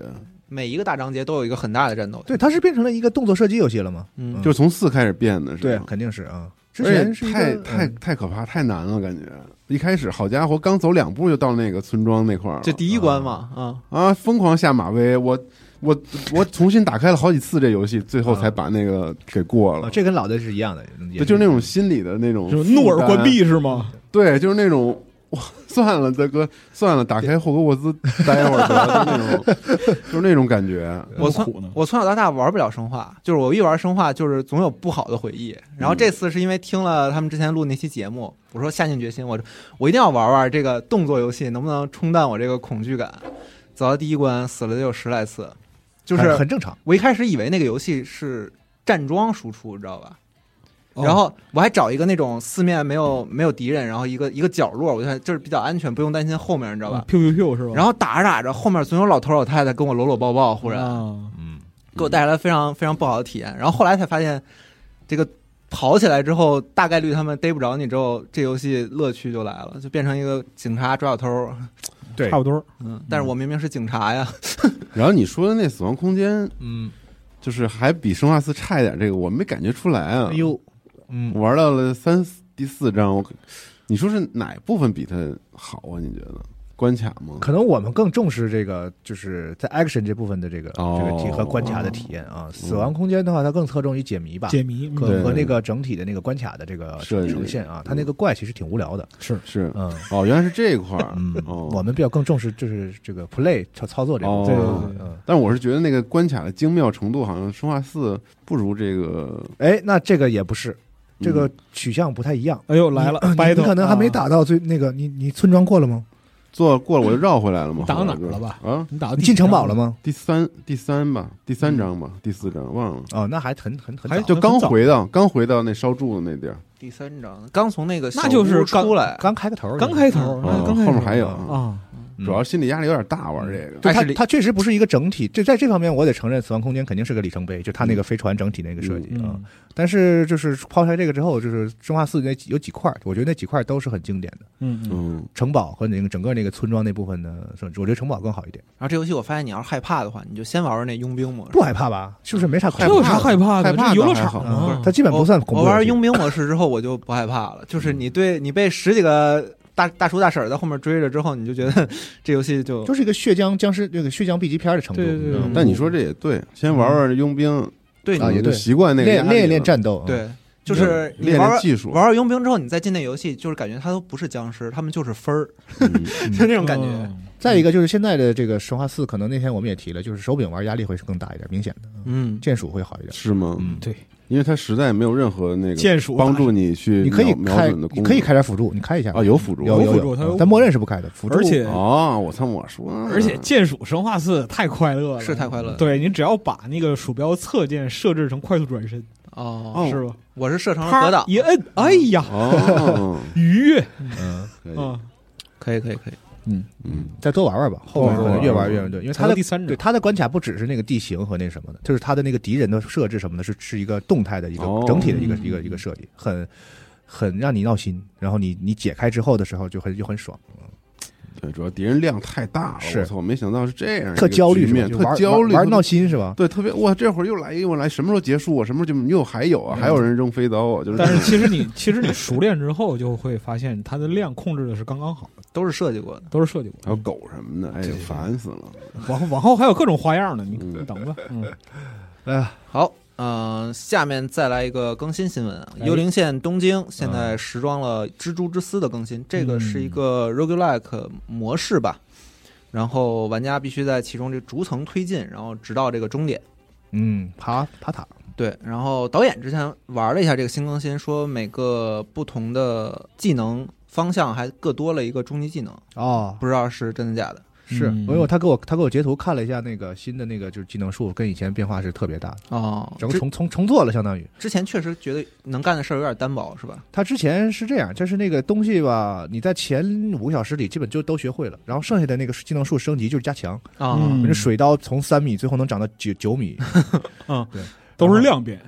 每一个大章节都有一个很大的战斗。
对，它是变成了一个动作射击游戏了吗？
嗯
就是从四开始变的，是
对，
吗？
肯定是啊。之
而
前
且
是一
太
个
太
嗯
太可怕，太难了，感觉一开始好家伙，刚走两步就到那个村庄那块儿了，
就第一关嘛，啊，
啊，疯狂下马威，我我我重新打开了好几次这游戏，最后才把那个给过
啊
了。
这跟老的是一样的，也
对，就是那种心理的那种
就是怒
负
耳
担
关闭是吗？
对，就是那种 [laughs] 哇，算了，大哥，算了，打开霍格沃兹待会儿得了，就那种， [laughs] 就是那种感觉。
我
多
从
苦呢，
我从小到大玩不了生化，就是我一玩生化，就是总有不好的回忆。然后这
嗯
次是因为听了他们之前录那期节目，我说下定决心，我说我一定要玩玩这个动作游戏，能不能冲淡我这个恐惧感？走到第一关，死了得有十来次，就
很
是
很正常。
我一开始以为那个游戏是站桩输出，你知道吧？
哦
然后我还找一个那种四面没有没有敌人，然后一个一个角落，我就就是比较安全，不用担心后面，你知道吧？
，Q Q Q
嗯
是吧？
然后打着打着，后面总有老头老太太跟我搂搂抱抱，忽然
啊，
嗯，
给我带来了非常非常不好的体验。然后后来才发现，这个跑起来之后，大概率他们逮不着你之后，这游戏乐趣就来了，就变成一个警察抓小偷。
对
差，不多，
嗯，但是我明明是警察呀。
然后你说的那死亡空间，
嗯，
就是还比生化四差一点，这个我没感觉出来啊。
哎，呦，嗯，
我玩到了三四第四章，我你说是哪部分比它好啊？你觉得关卡吗？
可能我们更重视这个，就是在 action 这部分的这个
哦
这个体和关卡的体验啊。死亡空间的话，它更侧重于解谜吧，
解谜嗯
和
对
和那个整体的那个关卡的这个
设计
呈现啊。它那个怪其实挺无聊的，
是
是
嗯
哦，原来是这一块儿。
嗯，
哦，
我们比较更重视就是这个 play 操操作这个，
哦
对对对
嗯。
但我是觉得那个关卡的精妙程度，好像生化四不如这个。
哎，那这个也不是，这个
嗯
取向不太一样。
哎呦来了
你你
，battle，啊
可能还没打到最那个，你你村庄过了吗？
做过了我就绕回来了嘛。
打到
后来
哪儿
就
了吧
啊，
你打到
你
第
进
几章
城堡了？
[laughs]
吗？
第三第三吧，第三章吧，第四章忘了，
哦，那还很很很
还
早，
就刚
很早
回到刚回到那烧柱子那地儿，
第三章刚从那个
那
小
就是
屋
刚
出来，
刚开个头儿，
刚开头，哎
啊
哦那刚开头
后面还有啊
啊，
嗯
主要心理压力有点大，玩这个。
对
还
它
哎是里
它确实不是一个整体，这在这方面我得承认，《死亡空间》肯定是个里程碑，就它那个飞船整体那个设计啊、
嗯，
但是就是抛开这个之后，就是《生化四》那几有几块儿，我觉得那几块儿都是很经典的，
嗯嗯，
嗯，
城堡和那个整个那个村庄那部分呢，是我觉得城堡更好一点，
然后这游戏我发现你要是害怕的话，你就先玩玩那佣兵模式。
不害怕吧？是不是没啥
这
恐怖
有
嗯的？
啥害怕的？
害怕
这
倒
游乐
还
场
好
啊
啊，，
它基本不算恐怖
我
游戏。
玩佣兵模式之后，我就不害怕了。就是你对你被十几个大大叔大婶儿在后面追着之后，你就觉得 [laughs] 这游戏就
就是一个血浆僵尸那个血浆 B 级片儿的程度，
对对对
嗯
但你说这也对，先玩玩佣兵，
对
啊
你
也
就
对
习惯那个压
练
力啊
练一练
了
战斗，嗯，
对，就是你
练
玩
练
玩
技术，
玩完佣兵之后，你再进那游戏，就是感觉它都不是僵尸，他们就是分儿，
[laughs]
嗯
就 [laughs] 那种感觉。
嗯
再一个就是现在的这个《生化四》，可能那天我们也提了，就是手柄玩压力会是更大一点，明显的
嗯，
键鼠会好一点。
是吗？
嗯，
对，
因为它实在没有任何那个
剑术
帮助你去
你可以
瞄瞄
开，
准
你
的功能，
可以开点辅助，你开一下
啊，有辅助，
有
哦有辅助
有
它有
但默认是不开的辅助。
而且
哦，我操，我说呢，
而且键鼠生化四太快乐了，
是太快乐了。
对你只要把那个鼠标侧键设置成快速转身，
哦，
哦
是吧？
我是射程了格
啪
挡，
一摁，哎呀，
[laughs]
哦，
愉悦
嗯，
可
可以
啊！
以可以可以。
嗯，
再多玩玩吧，后面可能越玩越对，因为它
才到
的
第三
对 [laughs]
章，
它的关卡不只是那个地形和那什么的，就是它的那个敌人的设置什么的，是是一个动态的一个
哦
整体的一个
嗯
一个一个设计，很很让你闹心。然后你你解开之后的时候就很就很爽，
对，主要敌人量太大了，
是
我操，我没想到是这样一个
特焦虑
局
是吧？
面，
就
特
玩
焦虑，
玩玩
特别
闹心是吧？
对，特别哇，这会儿又来又来，什么时候结束啊？什么时候就又还
嗯
有啊？还有人扔飞刀啊？就是
但是其实你其实你熟练之后，就会发现它的量控制的是刚刚好，
都是设计过的，
都是设计过的。
还有狗什么的，哎呀，烦死了。
往后往后还有各种花样呢，你
嗯
你等吧。嗯，
哎呀，
好，嗯、下面再来一个更新新闻啊，
哎
幽灵线东京现在时装了蜘蛛之丝的更新，这个是一个 roguelike 模式吧，然后玩家必须在其中这逐层推进，然后直到这个终点。
嗯，爬爬塔，
对，然后导演之前玩了一下这个新更新，说每个不同的技能方向还各多了一个终极技能，
哦，
不知道是真的假的
是，
嗯
因为他给我他给我截图看了一下那个新的那个就是技能树，跟以前变化是特别大的，
哦
整个
之
重重重做了相当于。
之前确实觉得能干的事儿有点单薄，是吧？
他之前是这样，就是那个东西吧，你在前五个小时里基本就都学会了，然后剩下的那个技能树升级就是加强，
啊、
嗯
那、水刀从三米最后能长到九九
[laughs]
米，
都是量变，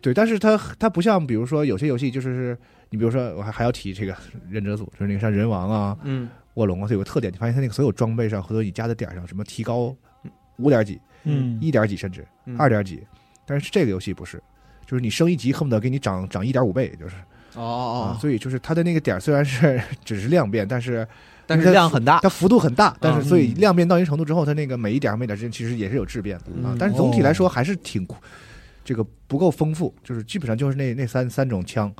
对，但是它它不像比如说有些游戏就是你比如说我还还要提这个忍者组，就是那个像人王啊、
嗯，
卧龙啊，它有个特点，你发现它那个所有装备上和你加的点儿上，什么提高五点几、
嗯，
一点几甚至
嗯
二点几，但是这个游戏不是，就是你升一级恨不得给你涨涨一点五倍，就是
哦哦
啊，
哦，
所以就是它的那个点儿虽然是只是量变，但是
但是量很大，
它幅度很
啊
大，但是
嗯
所以量变到一定程度之后，它那个每一点儿每一点儿之间其实也是有质变的啊
嗯。
但是总体来说还是挺酷，这个不够丰富，就是基本上就是那那三三种枪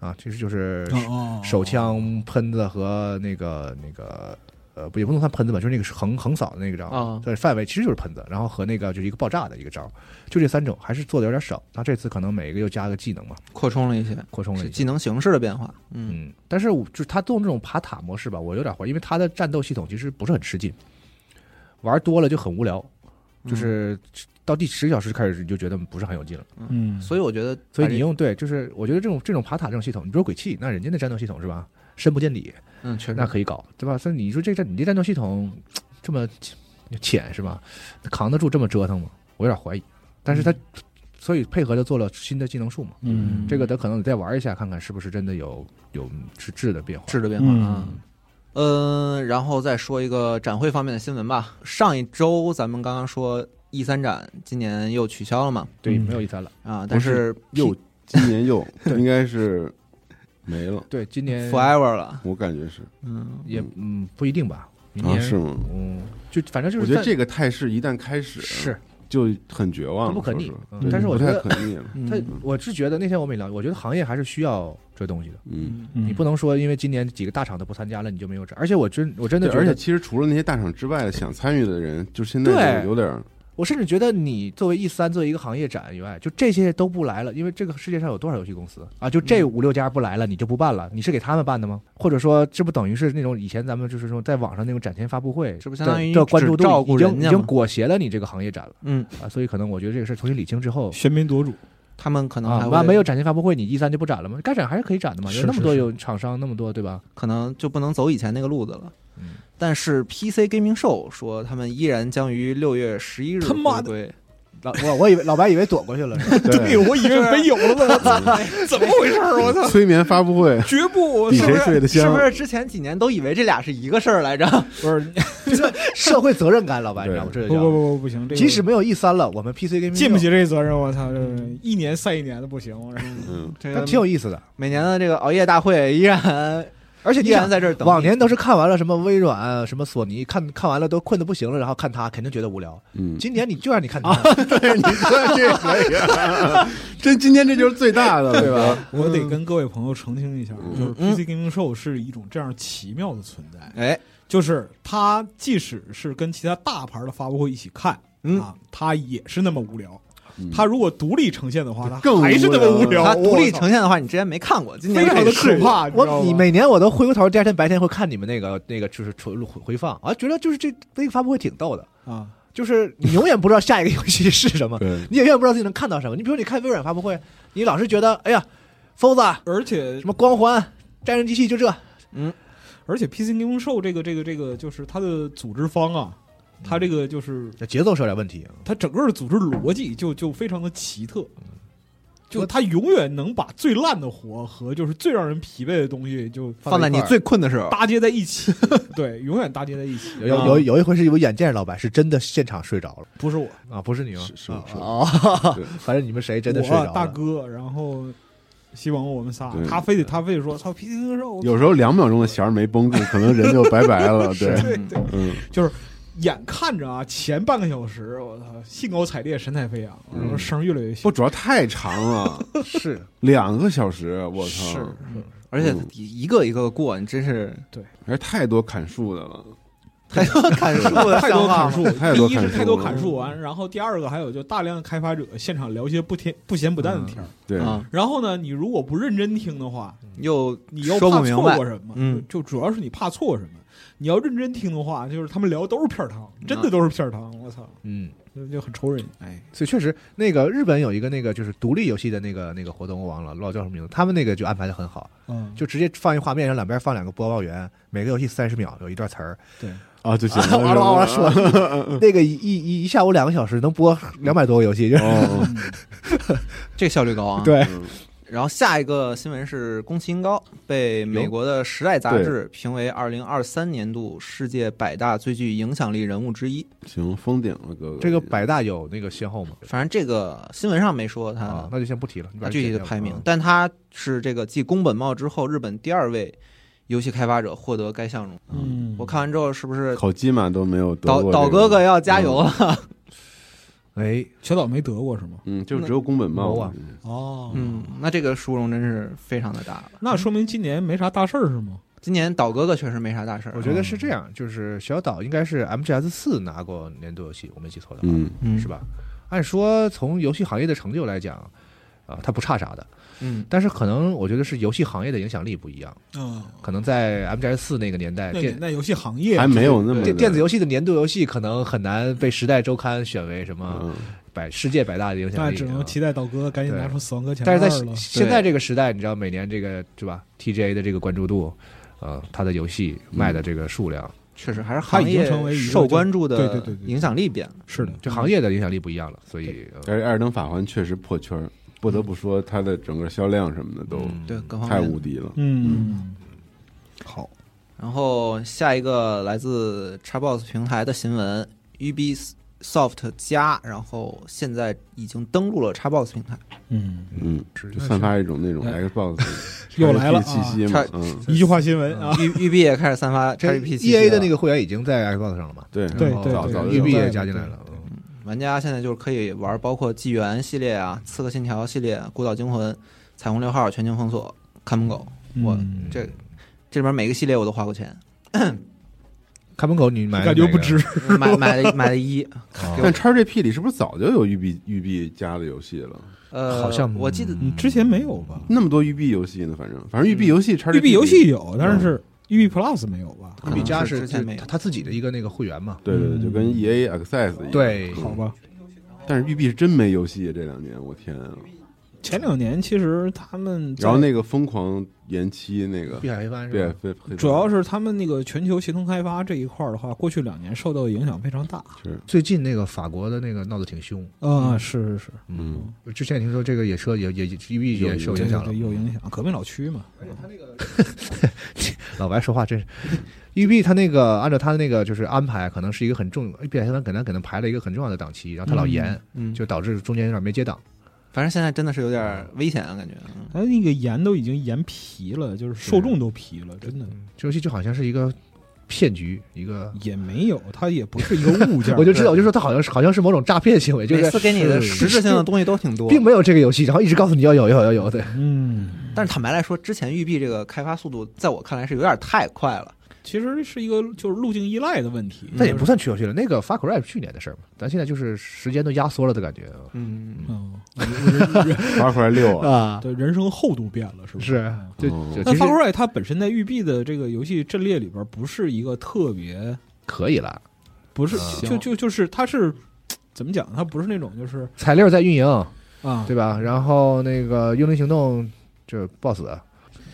啊，其实就是
哦
手，枪、喷子和那个那个呃，不也不能算喷子吧，就是那个横横扫的那个
哦
招
啊
对，范围其实就是喷子，然后和那个就是一个爆炸的一个招，就这三种还是做的有点少。那这次可能每一个又加个技能嘛，
扩充了一些，
扩充了
是
一下
技。能形式的变化。嗯，
嗯，但是我就是他动这种爬塔模式吧，我有点怀疑，因为他的战斗系统其实不是很吃劲，玩多了就很无聊，嗯就是到第十小时开始你就觉得不是很有劲了。
嗯，
所以我觉得，
所以你用对，就是我觉得这种这种爬塔这种系统，你比如鬼泣，那人家的战斗系统是吧，深不见底，
嗯，确实
那可以搞，对吧？所以你说这战你这战斗系统这么浅是吧？扛得住这么折腾吗？我有点怀疑。但是他、所以配合着做了新的技能树嘛，
嗯，
这个得可能得再玩一下，看看是不是真的有有质质的变化。
质的变化啊。
嗯
嗯，然后再说一个展会方面的新闻吧。上一周咱们刚刚说 E 三展今年又取消了嘛，
对，
嗯
没有一三了。
啊，但是
又今年又应该是没了，
对，今年
forever 了，
我感觉是
嗯，
也嗯不一定吧，明
啊，
年、
是吗？
嗯，就反正就是
我觉得
在
这个态势一旦开始，
是
就很绝望了，
不可逆
说实话
嗯
对
但是我
不
觉
太
得
可逆了。
嗯
他，我是觉得那天我们也聊，我觉得行业还是需要这东西的。
嗯，
嗯
你不能说因为今年几个大厂都不参加了，你就没有这。而且我真我真的
对，
觉
而
得
且其实除了那些大厂之外的，想参与的人，就现在
对
就有点儿
我甚至觉得你作为 E 三作为一个行业展以外，就这些都不来了，因为这个世界上有多少游戏公司啊？就
嗯
这五六家不来了，你就不办了？你是给他们办的吗？或者说，这不等于是那种以前咱们就是说在网上那种展前发布会，
这不相当于
这关注
只照
度
顾
已经
人家
已经
吗
裹挟了你这个行业展了
嗯，
啊？所以可能我觉得这个事儿重新理清之后，
喧宾夺主，
他们可能还
啊，
会
完没有展前发布会，你 E 三就不展了吗？该展还是可以展的嘛，有
是
那么
是
多
是
有厂商，那么多对吧？
可能就不能走以前那个路子了
嗯。
但是 PC Gaming Show 说，他们依然将于六月十一日
他
回
妈的
归。
老我我以为老白以为躲过去了，
对，我以为没有了呢，我操，怎么回
[laughs]
事儿？我操，
啊催眠发布会，
绝不，我
比
是
谁
不是
睡得
是
香
不？是之前几年都以为这俩是一个事儿来着？
不是？
社会责任感，老白你
对
知道吗？这就
不不
叫。
不不不行，这个
即使没有 E 三了，我们 PC Gaming 嗯
尽不起这责任，我操，这一年赛一年的不行，我这
嗯，
这
但
个
挺有意思的。
每年的这个熬夜大会依然
而且
依
你
然
想，
在这儿等你。
往年都是看完了什么微软、什么索尼，看看完了都困得不行了，然后看他肯定觉得无聊。 [laughs]
嗯，
今年你就让你看他，
对，你说这可以 [laughs] 啊，这今天这就是最大的了，对吧？
我得跟各位朋友澄清一下，啊
嗯
就是
嗯
PC Gaming Show 是一种这样奇妙的存在，
哎，
就是它即使是跟其他大牌的发布会一起看
嗯
啊，它也是那么无聊。
嗯
它如果独立呈现的话，它
更
还是那么
无
无
聊
聊。
它啊独立
我操
呈现的话，你之前没看过，今年
非常的
开始
可怕，知道
我
吗
你每年我都回过头，第二天白天会看你们那个那个就是回回回放啊，觉得就是这那个发布会挺逗的，
啊，
就是你永远不知道下一个游戏是什么，
对，
你也永远不知道自己能看到什么。你比如你看微软发布会，你老是觉得哎呀，疯子
而且
什么光环、战争机器就这，
而且 PC Gaming Show 这个这个这个就是它的组织方啊，它这个就是
节奏是有点问题。啊
它整个的组织逻辑就就非常的奇特，就它永远能把最烂的活和就是最让人疲惫的东西就
放在
一
你
块儿
最困的时 [laughs] 候。
搭接在一起， [laughs] 对，永远搭接在一起。
有有有一回是我眼见着老白是真的现场睡着了
不是我，
啊，不是你吗？
是是
啊
是
啊
对，
反正你们谁真的睡着
我
了？
大哥，然后西蒙我们仨
对，
他非得他非得说操皮筋肉，
有时候两秒钟的弦儿没绷住，可能人就拜拜
[laughs]
了，对，
对对，
嗯，
眼看着啊，前半个小时我操兴高采烈，神采飞扬，
嗯
然后声儿越来越
不，
小，
主要太长了，
[laughs] 是
两个小时，我
是
操，，
而且
嗯
一个一个过，你真是
还是太多砍树的了，
太多砍树的
太多
像话
砍
了。
树，
太多
第一
砍
是
树
太多
了
砍树完，然后第二个还有就大量的开发者现场聊一些不甜不咸不淡的天儿。
对，
啊，
然后呢，你如果不认真听的话，
又
你又
嗯说
怕
不明
错
白
过，什么？
嗯
就就主要是你怕错过什么。你要认真听的话，就是他们聊都是片儿汤，真的都是片儿汤。我操，
嗯，
就就很愁人。
哎，
所以确实，那个日本有一个那个就是独立游戏的那个那个活动，我忘了老叫什么名字，他们那个就安排的很好，
嗯，
就直接放一画面，然后两边放两个播报员，每个游戏三十秒，有一段词儿，
对，
啊，就行
[laughs] 啊
了，
哇啦哇啦说，那个一一一下午两个小时能播两百多个游戏， [laughs] 就是
哦，
这效率高啊。
对
嗯
然后下一个新闻是宫崎英高被美国的《时代》杂志评为二零二三年度世界百大最具影响力人物之一。
行，封顶了，哥哥，
这个百大有那个先后嘛，
反正这个新闻上没说他、
啊，那就先不提了，你把
他
它
具体的
剪掉
排名，
嗯
啊
但他是这个继宫本茂之后日本第二位游戏开发者获得该项荣。
嗯
我看完之后是不是
烤鸡嘛都没有得
岛
过这个
岛哥哥，要加油了？
哎，
小岛没得过是吗？
嗯，就只有宫本
那
茂，
哦，
嗯，那这个殊荣真是非常的大了。
那说明今年没啥大事儿是吗？
今年岛哥哥确实没啥大事儿，啊
我觉得
嗯
是这样，就是小岛应该是 MGS 四拿过年度游戏，我没记错的话，
嗯，
嗯
是？吧？按说从游戏行业的成就来讲，啊、它不差啥的，
嗯，
但是可能我觉得是游戏行业的影响力不一样，
嗯，
可能在 MGS 四那个年代，
那
电
那游戏行业
还没有那么
电电子游戏的年度游戏可能很难被《时代周刊》选为什么
嗯
百世界百大的影响
那
力啊，
只能期待道哥赶紧
对
拿出《死亡搁浅
但
二
是》在现。
了
现在这个时代，你知道每年这个对吧 TGA 的这个关注度，呃，它的游戏卖
嗯
的这个数量。
确实还是
它
行
已经
业
成为一个
受关注
对
的
对对对对
影响力变了。
是的，
这行业的影响力不一样了，所以呃
而且《艾尔登法环》确实破圈儿，不得不说它的整个销量什么的都
嗯
对各方
太
面
无敌了。
嗯，好，
然后下一个来自 Xbox 平台的新闻，Ubisoft 加，然后现在已经登陆了 Xbox 平
[laughs]
台。
嗯，
嗯，
是
就散发一种那种 Xbox
哎 [laughs] 又来了啊
气息嘛
差，
嗯，
一句话新闻啊，
育育碧也开始散发
这
XGP
E A 的那
个
个会员已经在 Xbox 上了嘛？
对
对
然后
对
早
对
早
对
育碧
对
也
对
加进来了。嗯
玩家现在就是可以玩包括纪元系列啊、刺客信条系列、孤岛惊魂、彩虹六号、全境封锁、看门狗。我
嗯
[laughs]
这这里边每个系列我都花过钱。
看门狗你买的
感觉
哪个
不值。
买买了买了一，
啊
哦
但 XGP 里是不是早就有育碧育碧家的游戏了？
呃，
好像
我记得
嗯
你之前没有吧？
那么多育碧游戏呢，反正反正育碧游戏 XGP
嗯育碧游戏有，但是育碧 Plus 没有吧？
嗯
可
育
能
碧加
是
是
之前
就
没有
他他自己的一个那个会员嘛，
对对对，就跟 EA Access 一样。
对
嗯
嗯好吧，
但是育碧是真没游戏这两年，我天啊！
前两年其实他们在
然后那个疯狂延期那个
碧，海黑帆是
对
吧？，
非非
主要是他们那个全球协同开发这一块儿的话，过去两年受到的影响非常大。
最近那个法国的那个闹得挺凶，
啊，是是是，
嗯，
之前也听说这个也受也也育碧也受
有
影响
对
了
对。有影响，革命老区嘛。
老白说话真是，育碧他那个按照他的那个就是安排，可能是一个很重，育碧海黑帆可能可能排了一个很重要的档期，然后他老延，
嗯，
就导致中间有点没接档。
反正现在真的是有点危险啊，感觉。嗯
他那个盐都已经盐皮了，就是受众都皮了，真的
这游戏就好像是一个骗局，一个
也没有，它也不是一个物件
[laughs] 。我就知道，我就说他好像是好像是某种诈骗行为，就
每次
是
给你的实质性的东西都挺多，
并没有这个游戏，然后一直告诉你要有要有要有对。
嗯，
但是坦白来说，之前育碧这个开发速度，在我看来是有点太快了。
其实是一个就是路径依赖的问题。
但也不算去游戏了，那个 Far Cry 是去年的事儿嘛，咱现在就是时间都压缩了的感觉
嗯，
嗯，
发回来六啊，
啊，
对，人生厚度变了，是不
是
嗯
就
哦
就
但
其实
Far Cry 它本身在育碧的这个游戏阵列里边，不是一个特别，
可以了。
不是
嗯
就就就是它是怎么讲？它不是那种就是
材料在运营，
啊，
对吧？然后那个《幽灵行动》就 BOSS，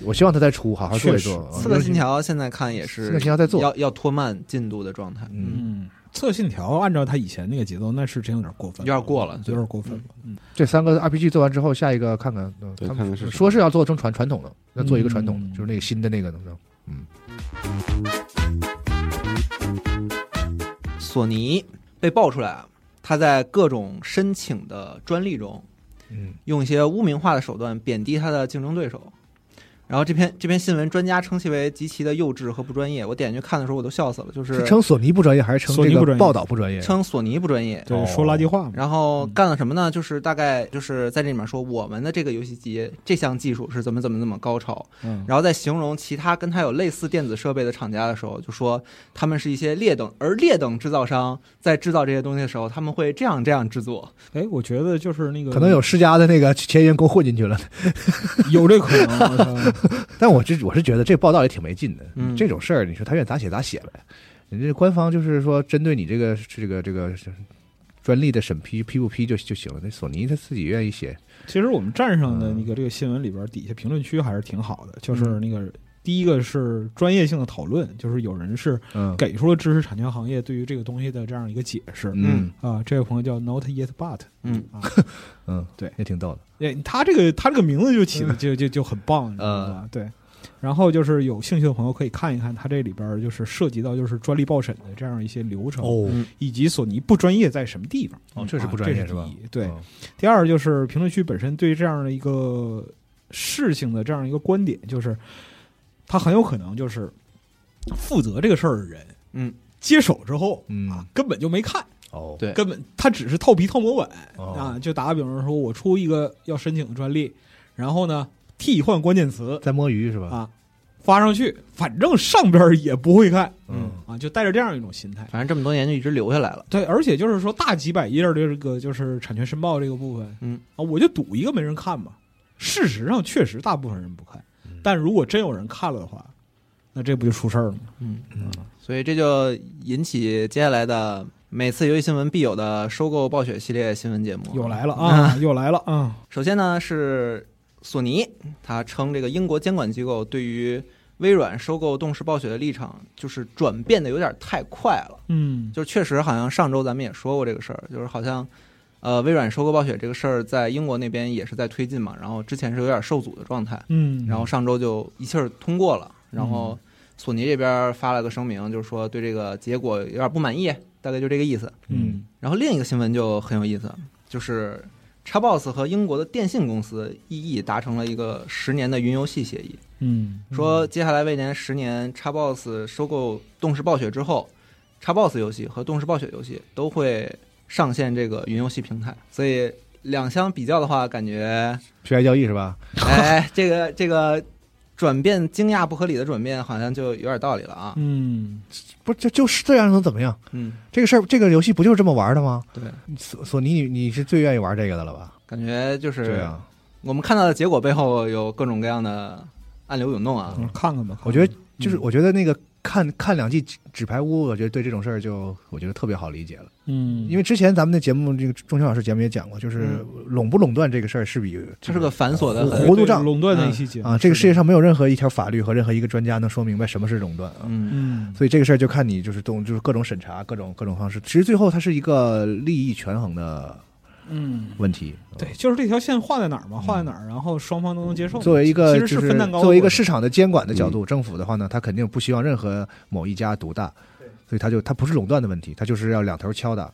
我希望他再出，好好做一做。
《
啊
刺客信条》现在看也是，
刺客信条在做
要要拖慢进度的状态。
嗯，
嗯，测信条按照它以前那个节奏，那是真有点过分，
有点过了
有点过分了。嗯，
这三个 RPG 做完之后，下一个看看，嗯
对
他
看
们
看是什么
说是要做成传传统的，那做一个传统的，
嗯
就是那个新的那个能不能？
索尼被爆出来啊，他在各种申请的专利中，
嗯，
用一些污名化的手段贬低他的竞争对手。然后这篇这篇新闻，专家称其为极其的幼稚和不专业。我点进去看的时候，我都笑死了，就是
是称索尼不专业还是称
索尼
这
不
个
专业
报道不专业？
称索尼不专业。
对
哦，
说垃圾话嘛。
然后干了什么呢？就是大概就是在这里面说，我们的这个游戏机这项技术是怎么怎么怎么高超，
嗯，
然后在形容其他跟它有类似电子设备的厂家的时候，就说他们是一些劣等，而劣等制造商在制造这些东西的时候，他们会这样这样制作。
哎，我觉得就是那个
可能有世嘉的那个前员工混进去
[laughs]
了，
有这可能
[laughs]
我操，
但我这我是觉得这报道也挺没劲的。
嗯
这种事儿，你说他愿意咋写咋写呗。人家官方就是说针对你这个这个这个专利的审批批不批就就行了。那索尼他自己愿意写，
其实我们站上的那个这个新闻里边，底下评论区还是挺好的，
嗯
就是那个第一个是专业性的讨论，就是有人是
嗯
给出了知识产权行业对于这个东西的这样一个解释
嗯
啊。这位朋友叫 Not Yet But，
嗯
啊，
嗯，
对
也挺逗的。
哎，他这个他这个名字就起
嗯
的就就就很棒，你知道吧？对。然后就是有兴趣的朋友可以看一看，它这里边就是涉及到就是专利报审的这样一些流程，
嗯
以及索尼不专业在什么地方。
哦确实
哦啊
不专业
这
是吧
第一对，
嗯
第二就是评论区本身对这样的一个事情的这样一个观点，就是他很有可能就是负责这个事儿的人，
嗯，
接手之后，
嗯
啊，根本就没看，
哦，
对
根本他只是套皮套模板、
哦
啊。就打个比方说，我出一个要申请的专利，然后呢替换关键词
在摸鱼是吧？
啊发上去，反正上边儿也不会看
嗯
啊，就带着这样一种心态。
反正这么多年就一直留下来了。
对，而且就是说大几百页的这个就是产权申报这个部分，
嗯
啊，我就赌一个没人看嘛。事实上，确实大部分人不看，
嗯
但如果真有人看了的话，那这不就出事儿了吗？
嗯，所以这就引起接下来的每次游戏新闻必有的收购暴雪系列新闻节目
又来
[laughs]
了啊，又来了啊！
首先呢是索尼，他称这个英国监管机构对于微软收购动视暴雪的立场就是转变的有点太快了。
嗯，
就是确实好像上周咱们也说过这个事儿，就是好像呃微软收购暴雪这个事儿在英国那边也是在推进嘛，然后之前是有点受阻的状态，
[laughs]
嗯，
然后上周就一气儿通过了，然后索尼这边发了个声明，就是说对这个结果有点不满意，大概就这个意思。
嗯
然后另一个新闻就很有意思，就是。Xbox 和英国的电信公司 EE 达成了一个十年的云游戏协议，
嗯，
说接下来未来十年，Xbox 收购动视暴雪之后，Xbox 游戏和动视暴雪游戏都会上线这个云游戏平台，所以两相比较的话，感觉
[laughs] 皮外交易是吧？
哎，这个这个。转变惊讶不合理的转变，好像就有点道理了啊。
嗯，
不就就是这样能怎么样？
嗯，
这个事儿，这个游戏不就是这么玩的吗？
对，
索索尼，你你是最愿意玩这个的了吧？
感觉就是、
对啊，
我们看到的结果背后有各种各样的暗流涌动啊。
嗯看看吧。
我觉得
嗯
就是我觉得那个看看两季纸纸牌屋，我觉得对这种事儿就我觉得特别好理解了。
嗯，
因为之前咱们的节目，这个钟情老师节目也讲过，就是垄不垄断这个事儿是比
嗯这是个繁琐的
我
很，
活动账
对垄断的一期节目
啊，这个世界
上，
上没有任何一条法律和任何一个专家能说明白什么是垄断啊。
嗯
嗯，
所以这个事儿就看你就是动就是各种审查各种各种方式，其实最后它是一个利益权衡的
嗯，
问题。
对，就是这条线画在哪儿嘛，画在哪儿，然后双方都能接受。
作为一
其
个
实
就是是
分蛋糕的
作为一个
过程
市场的监管的角
嗯
度，政府的话呢，他肯定不希望任何某一家独大，所以他就他不是垄断的问题，他就是要两头敲打，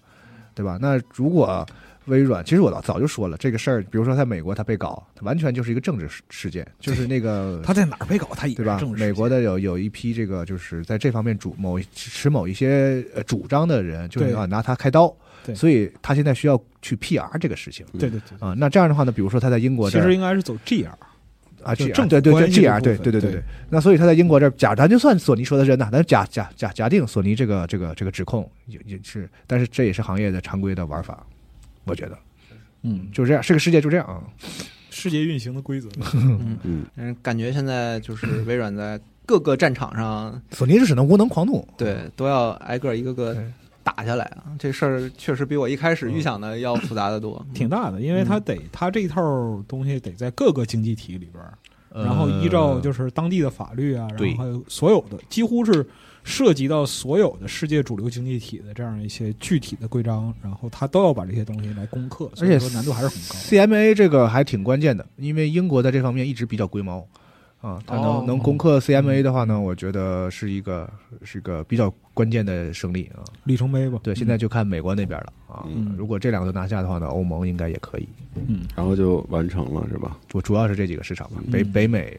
对吧？那如果微软，其实我早就说了这个事儿，比如说在美国他被搞，它完全就是一个政治事事件，就是那
[laughs]
个
他在哪儿被搞，他也
对吧？美国
的
的有有一批这个就是在这方面主某持某一些呃主张的人，就是
对
要拿他开刀
对，
所以他现在需要去 PR 这个事情
嗯
对对对，
啊、那这样的话呢，比如说他在英国这
其
儿
实应该是走 GR，
啊，
就
G
政
R
府
对对对
关系
G
这
R
部
对
分
对对对
对
对。那所以他在英国这儿假，咱就算索尼说的是真的，咱假假假假定索尼这个这个这个指控也也是，但是这也是行业的常规的玩法，我觉得
嗯，
就这样，这个世界就这样啊。
世界运行的规则。
嗯，
嗯，感觉现在就是微软在各个战场上，
索尼就只能无能狂怒，
对，都要挨个一个个
嗯对
打下来啊。这事儿确实比我一开始预想的要复杂的多。
嗯
嗯
挺大的，因为它得，它这一套东西得在各个经济体里边儿，然后依照就是是当地的法律啊，然
对
后还有所有的，几乎是涉及到所有的世界主流经济体的这样一些具体的规章，然后它都要把这些东西来攻克，所以
而且
说难度还是很高。
CMA 这个还挺关键的，因为英国在这方面一直比较龟毛。啊，他能、
哦
能攻克 CMA 的话呢，我觉得是一个是一个比较关键的胜利啊。
里程碑吧，
对，现在就看美国那边了啊。
嗯
如果这两个都拿下的话呢，欧盟应该也可以。
嗯，
然后就完成了是吧？
主主要是这几个市场嘛，
嗯
北北美、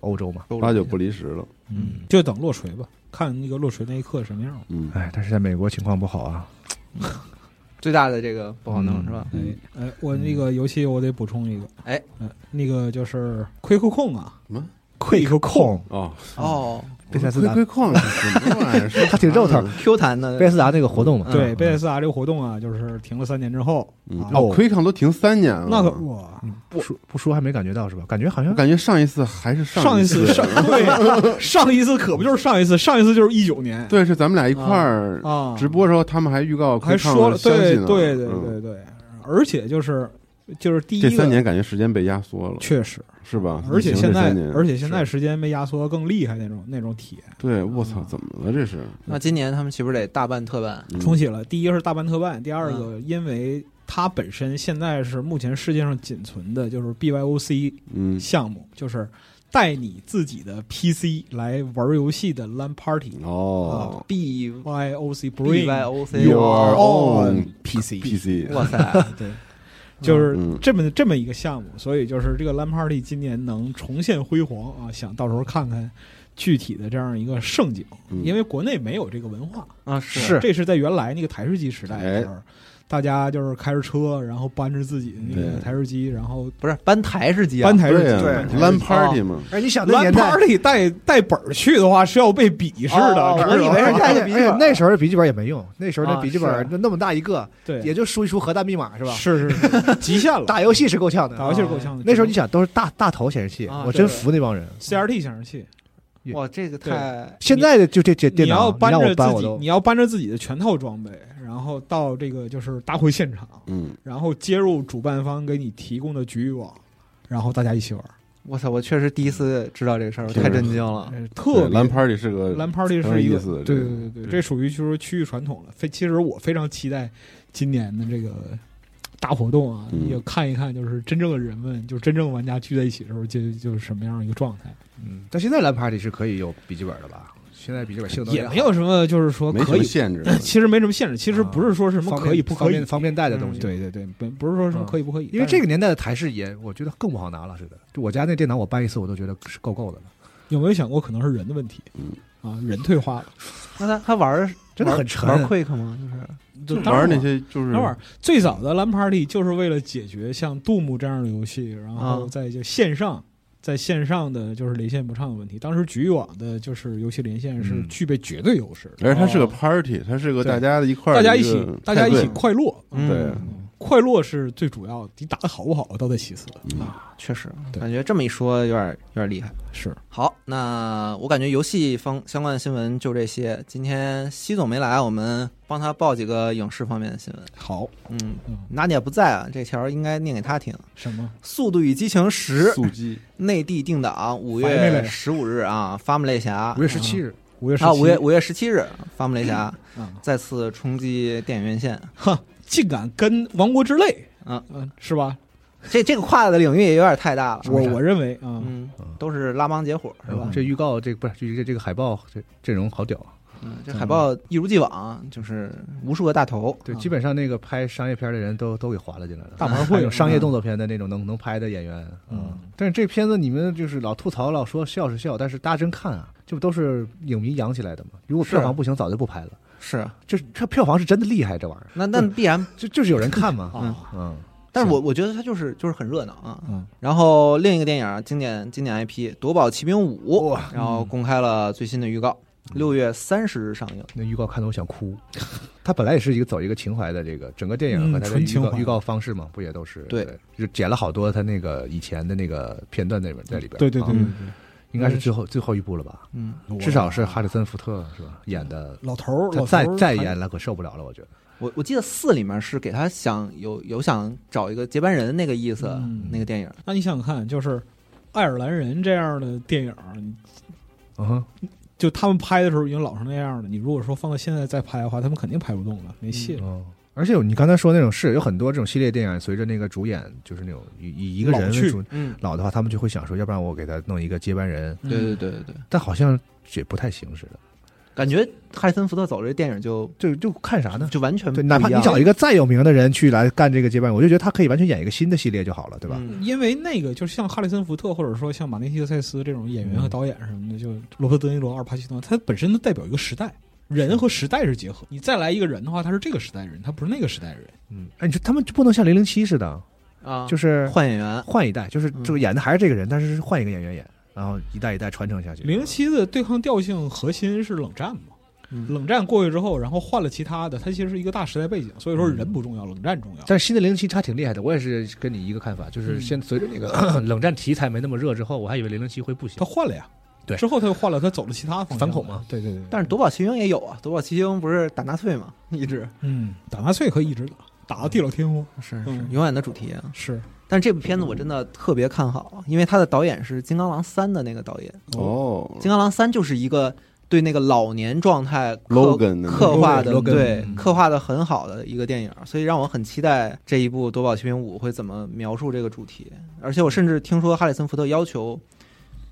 欧洲嘛。
八九不离十了。
嗯，就等落锤吧，看那个落锤那一刻什么样。
嗯，
哎，但是在美国情况不好啊。
最大的这个不好弄
嗯
是吧？
哎，哎，我那个游戏我得补充一个，
哎
呃，那个就是 Quick 控啊
什么？
Quick 控，
哦，
嗯
哦
贝塞斯
龟
达
龟，矿什么玩意儿？
他挺肉疼。
啊
，Q 弹的
贝塞斯达那个活动嘛，
对，
嗯
贝塞斯达这个活动啊，就是停了三年之后，
嗯
啊
哦，亏抗都停三年了。
那可哇，
不输不输还没感觉到是吧？感觉好
我
像
感觉上一次还是
上
一
一次上 [laughs]
[laughs]
对上一次可不就是上一次，上一次就是一九年
对，是咱们俩一块儿
啊，
直播的时候，他们还预告
还
亏抗
说了，
相
对
信了。
对对
嗯
对对，而且就是就是第一
这
个
三年感觉时间被压缩了，
确实，
是吧？
而且
疫情
现
这
在
三年
而且现在
是嗯
时间被压缩更厉害那种那种体验。
对，我操，怎么了这是？
那今年他们岂不是得大办特办？
嗯
重启了。第一个是大办特办，第二个因为它本身现在是目前世界上仅存的就是 BYOC
嗯
项目，就是带你自己的 PC 来玩游戏的 LAN party。啊
哦
B
BYOC
B Y
Bring
O C 哦
，Your own
PC
PC，
哇塞，
对，就是
嗯
这么这么一个项目，所以就是这个 LAN party 今年能重现辉煌啊，想到时候看看具体的这样一个盛景，
嗯
因为国内没有这个文化，
啊
是
这是在原来那个台式机时代
哎
的时候，大家就是开着车，然后搬着自己的那个
对
台式机，然后
不是搬台式机啊？
搬台式
对
机
呀
搬台式
，LAN
机。
party 嘛，
哎，你想那
蓝
年代，
party 带带本儿去的话是要被鄙视的，
哦
知道
我以为
吗
是
是
带
带着
着
笔
笔
记
记
本
本，那时候的笔记本也没用，那时候
啊
的笔记
是
本那那么大一个，
对，
也就输一输核弹密码是吧？
是是是极
[laughs]
限了，
打游戏是够呛的，啊
打游戏是够呛的。
那时候你想都是大大头显示器
啊，
我
对
真服那帮人。
CRT 显示器，
哇，这个太
现在的就这这电
你要
脑，你
搬
让
着
我搬
自
我
己
都，
你要搬着自己的全套装备，然后到这个就是大会现场，
嗯，
然后接入主办方给你提供的局域网，然后大家一起玩儿，
我操！我确实第一次知道这个事儿，我
确实
太震惊了。
呃
对
特别
，LAN party 是个
蓝 party
很
是一
有
个
意思的
对
这个
对对对，这属于就是区域传统了。非其实我非常期待今年的这个大活动啊，
嗯
也看一看就是真正的人们，就是真正玩家聚在一起的时候，就就是什么样一个状态，
嗯，但现在蓝 party 是可以有笔记本的吧？现在笔记本性能
也
好
没有什么就是说
没
可
什么
以，
限制，
[laughs] 其实没什么限制，其实不是说什么
方
可
便
以不
方
可以
便，方便带的东西。
嗯对对对，不不是说什么可以不可以，
因为这
个
个年代的台式也，我觉得更不好拿了似的。就我家那电脑，我搬一次我都觉得是够够的了，
有没有想过可能是人的问题？
嗯
啊，人退化了，
那他他玩儿
真的很
玩
沉。
Quick 吗？就是
就当然
玩那
了
些嗯就是
那会儿最早的蓝 party 就是为了解决像 Doom 这样的游戏，然后
啊
在就线上在线上的就是连线不畅的问题。当时局域网的就是游戏连线是
嗯
具备绝对优势的，
而且它是个 party，它是个
对
大家一块儿
大家一
个
起大家一
派
起
对
快乐，
嗯
对
快乐是最主要的。你打的好不好都在其次，
嗯
确实，
对
感觉这么一说有点有点厉害。
是
好，那我感觉游戏方相关的新闻就这些。今天西总没来，我们帮他报几个影视方面的新闻。
好
嗯
嗯，
娜姐不在啊，这条应该念给她听。《
什么？
速度与激情十》
速激，
内地定档，五
反应
月
了
十五日啊，《伐木雷侠
五》月十七日，
五月十
啊，
七
五月五月十七日，《伐木雷侠》
啊，
再次冲击电影院线。
哈，竟敢跟《王国之泪》
啊
嗯，是吧？
这这个跨的领域也有点太大了。
我我认为啊，
嗯，都是拉帮结伙
嗯
是吧？
这预告这不是这这这个海报这阵容好屌啊！
嗯，这海报一如既往，就是无数个大头。
对，
啊
基本上那个拍商业片的人都都给划拉进来了，
大盘
还
会嗯
有商业动作片的那种能能拍的演员，嗯，但是这片子你们就是老吐槽，老说笑是笑，但是大家真看啊，这不都是影迷养起来的嘛？如果票
是
房不行，早就不拍了。
是，
这票票房是真的厉害，这玩意儿，
那那必然，
就就是有人看嘛，
嗯啊，
嗯，
但是我我觉得它就是就是很热闹啊。
嗯，
然后另一个电影经典经典 IP《夺宝奇兵五》，
哇，
然后公开了最新的预告，六月三十日上映。
那预告看得我想哭。他本来也是一个走一个情怀的这个整个电影和他
嗯
的
纯
预告、
情怀
预告方式嘛，不也都是
对，
就剪了好多他那个以前的那个片段那边在里边，
对对
啊
对嗯对
应该是最后最后一部了吧？
嗯，
对，
至少是哈里森福特是吧演的，
老头儿，
他
老
再
头儿
再
还
演了可受不了了，我觉得。
我我记得四里面是给他想有有想找一个接班人那个意思，
嗯
那个电影。
那你想想看，就是爱尔兰人这样的电影，你
嗯哼，
就他们拍的时候已经老成那样了。你如果说放到现在再拍的话，他们肯定拍不动了，没戏了。
哦。而且你刚才说那种是有很多这种系列电影，随着那个主演就是那种以以一个人
老
为
去
主
嗯，
老的话，他们就会想说，要不然我给他弄一个接班人，
嗯
对对对对对，
但好像也不太行似的。
感觉哈里森福特走了这电影就
就就看啥呢？
就完全
嗯对，哪怕你找一
个
个再有名的人去来干这个接班人，我就觉得他可以完全演一个新的系列就好了，对吧？
嗯
因为那个就是像哈里森·福特，或者说像马丁·西克塞斯这种演员和导演什么的，就罗伯特·德尼罗、阿尔帕西诺，他本身都代表一个时代，人和时代是结合。你再来一个人的话，他是这个时代人，他不是那个时代人。
嗯，哎，你说他们就不能像零零七似的，
啊，
就是
换演员。
换一代，就是
嗯
就演的还是这个人，但是是换一个演员演，然后一代一代传承下去。
零七的对抗调性核心是冷战嘛，
嗯
冷战过去之后，然后换了其他的，它其实是一个大时代背景，所以说
嗯
人不重要，冷战重要。
但是新的零零七它挺厉害的，我也是跟你一个看法，就是
嗯
先随着那个、 [clears throat] 冷战题材没那么热之后，我还以为零零七会不行
他。换了呀，
对
之后他又换了，他走了其他方向
反恐嘛，
对对对。
但是夺宝奇兵也有啊，夺宝奇兵不是打纳粹嘛，一直
嗯，打纳粹可以一直打，打到地老天荒。
是
是
永远的主题啊。
是
但这部片子我真的特别看好，啊因为他的导演是《金刚狼三》的那个导演，
哦，
《金刚狼三》就是一个对那个老年状态刻
Logan 的那个
刻画的
Logan，
对
嗯
刻画的很好的一个电影，所以让我很期待这一部《夺宝奇兵五》会怎么描述这个主题。而且我甚至听说哈里森福特要求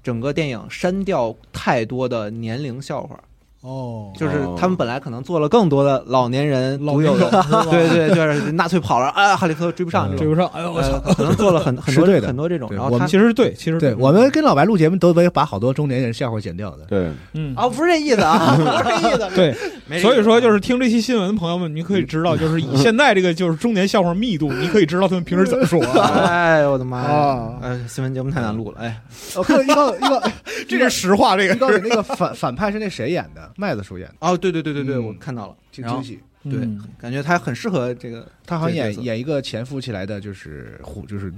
整个电影删掉太多的年龄笑话，
哦，
就是他们本来可能做了更多的老年人
老
独有的
兵
[laughs]
种是吧
哦对对，就是纳粹跑了啊，哈利波特追不上这
追
种，
不上。哎 [laughs] 呦我操！
呃，可能做了很很多
是对的
很多这种，
对
然后
我
他
们
其实对，其实
对我们跟老白录节目都得把好多中年人笑话剪掉的。
对，
嗯
啊，不是这意思啊，不是这意
[laughs]
思，
对，
没这意思
所以说就是听这期新闻的朋友们，你可以知道，就是以现在这个就是中年笑话密度，你可以知道他们平时怎么说啊。
哎，我的妈呀
啊！
哎，新闻节目太难录了，哎，
我看预告预告 [laughs]
这是实话，这
预
个
告里那个反反派是那谁演的？麦子叔演的，
哦，对对对对对，
嗯
我看到了，
挺
然后
惊喜。
对，
嗯
感觉他很适合这个，
他好像
这个角
演
色
演一个前夫起来的，就是虎，就是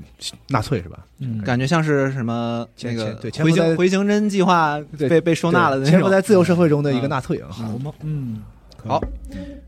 纳粹是吧？
嗯，
感觉像是什么那
前
个
前对前
回
不
形
在
回形针计划
对
被被收纳了的
对
那
前夫
种。
在自由社会中的一个纳粹啊。
好吗？嗯，可以
好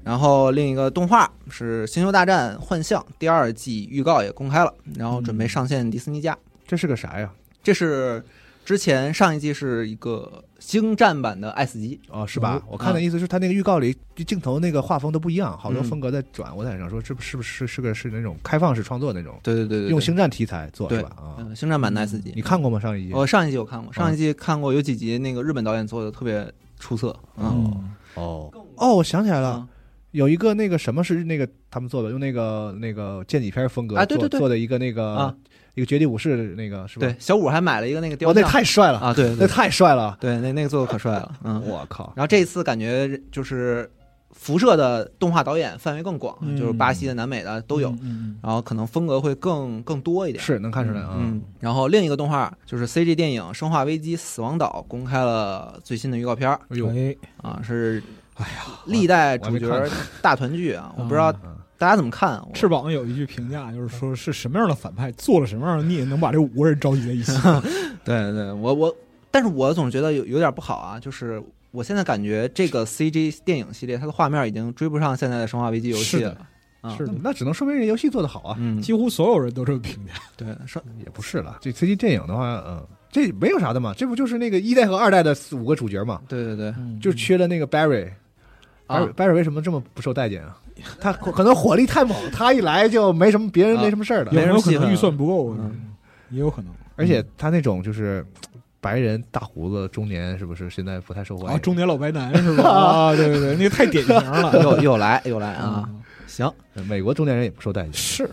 然后另一个动画是《星球大战：幻象》第二季预告也公开了，然后准备上线迪士尼家。
这是个啥呀？
这是之前上一季是一个星战版的爱死机，
哦，是吧
嗯？
我看的意思是，他那个预告里镜头那个画风都不一样，好多
嗯
风格在转。我在想说，这不是不是是个是那种开放式创作那种，
对对对对，
用星战题材做
对
是吧？啊，
嗯星战版的爱死机。
你看过吗？上一集
我呃上一季有看过，
嗯
上一季看过有几集，那个日本导演做的特别出色。嗯，
嗯，
哦哦，我想起来了
啊，
有一个那个什么是那个他们做的，用那个那个剑戟片风格
啊对
做
对对
做的一个那
啊
个一个绝地武士那个是吧？
对，小五还买了一个那个雕
哦，那
像
太帅了，
啊，对
那
对
太帅了， [laughs]
对，那那个做的可帅了，嗯。
我靠！
然后这一次感觉就是辐射的动画导演范围更广，
嗯
就是巴西的、南美的都有，
嗯，
然后可能风格会更更多一点。
是能看出来啊。
嗯，然后另一个动画就是 CG 电影《生化危机：死亡岛》公开了最新的预告片儿
哎
嗯
呦，
哎，
啊，是历代主角
哎我还没
大团聚啊，我不知道
嗯
大家怎么看。啊我
翅膀有一句评价，就是说是什么样的反派做了什么样的孽，能把这五个人召集在
[laughs]
一起？
对对对，我我，但是我总觉得有有点不好啊，就是我现在感觉这个 CG 电影系列它的画面已经追不上现在的《生化危机》游戏
是的
了。啊
是
那
的，
嗯那只能说明人游戏做得好啊，
嗯，
几乎所有人都这么评价。
对，生
也不是了。这 CG 电影的话，嗯，这没有啥的嘛，这不就是那个一代和二代的四五个主角嘛，
对对对，
嗯
就缺了那个 Barry。Barry、Barry
啊
为什么这么不受待见啊？他可可能火力太猛，他一来就没什么别人
啊
没什么事儿了。
有没有
没人
可
气
能
愤
啊
预算不够？
嗯
也有可能
而且他那种就是呃白人大胡子中年，是不是现在不太受欢
啊，
迎？
中年老白男
[laughs]
是吧？啊，对对对，那个太典型了
又又来又来啊，
嗯
行。
呃美国中年人也不受待见。
是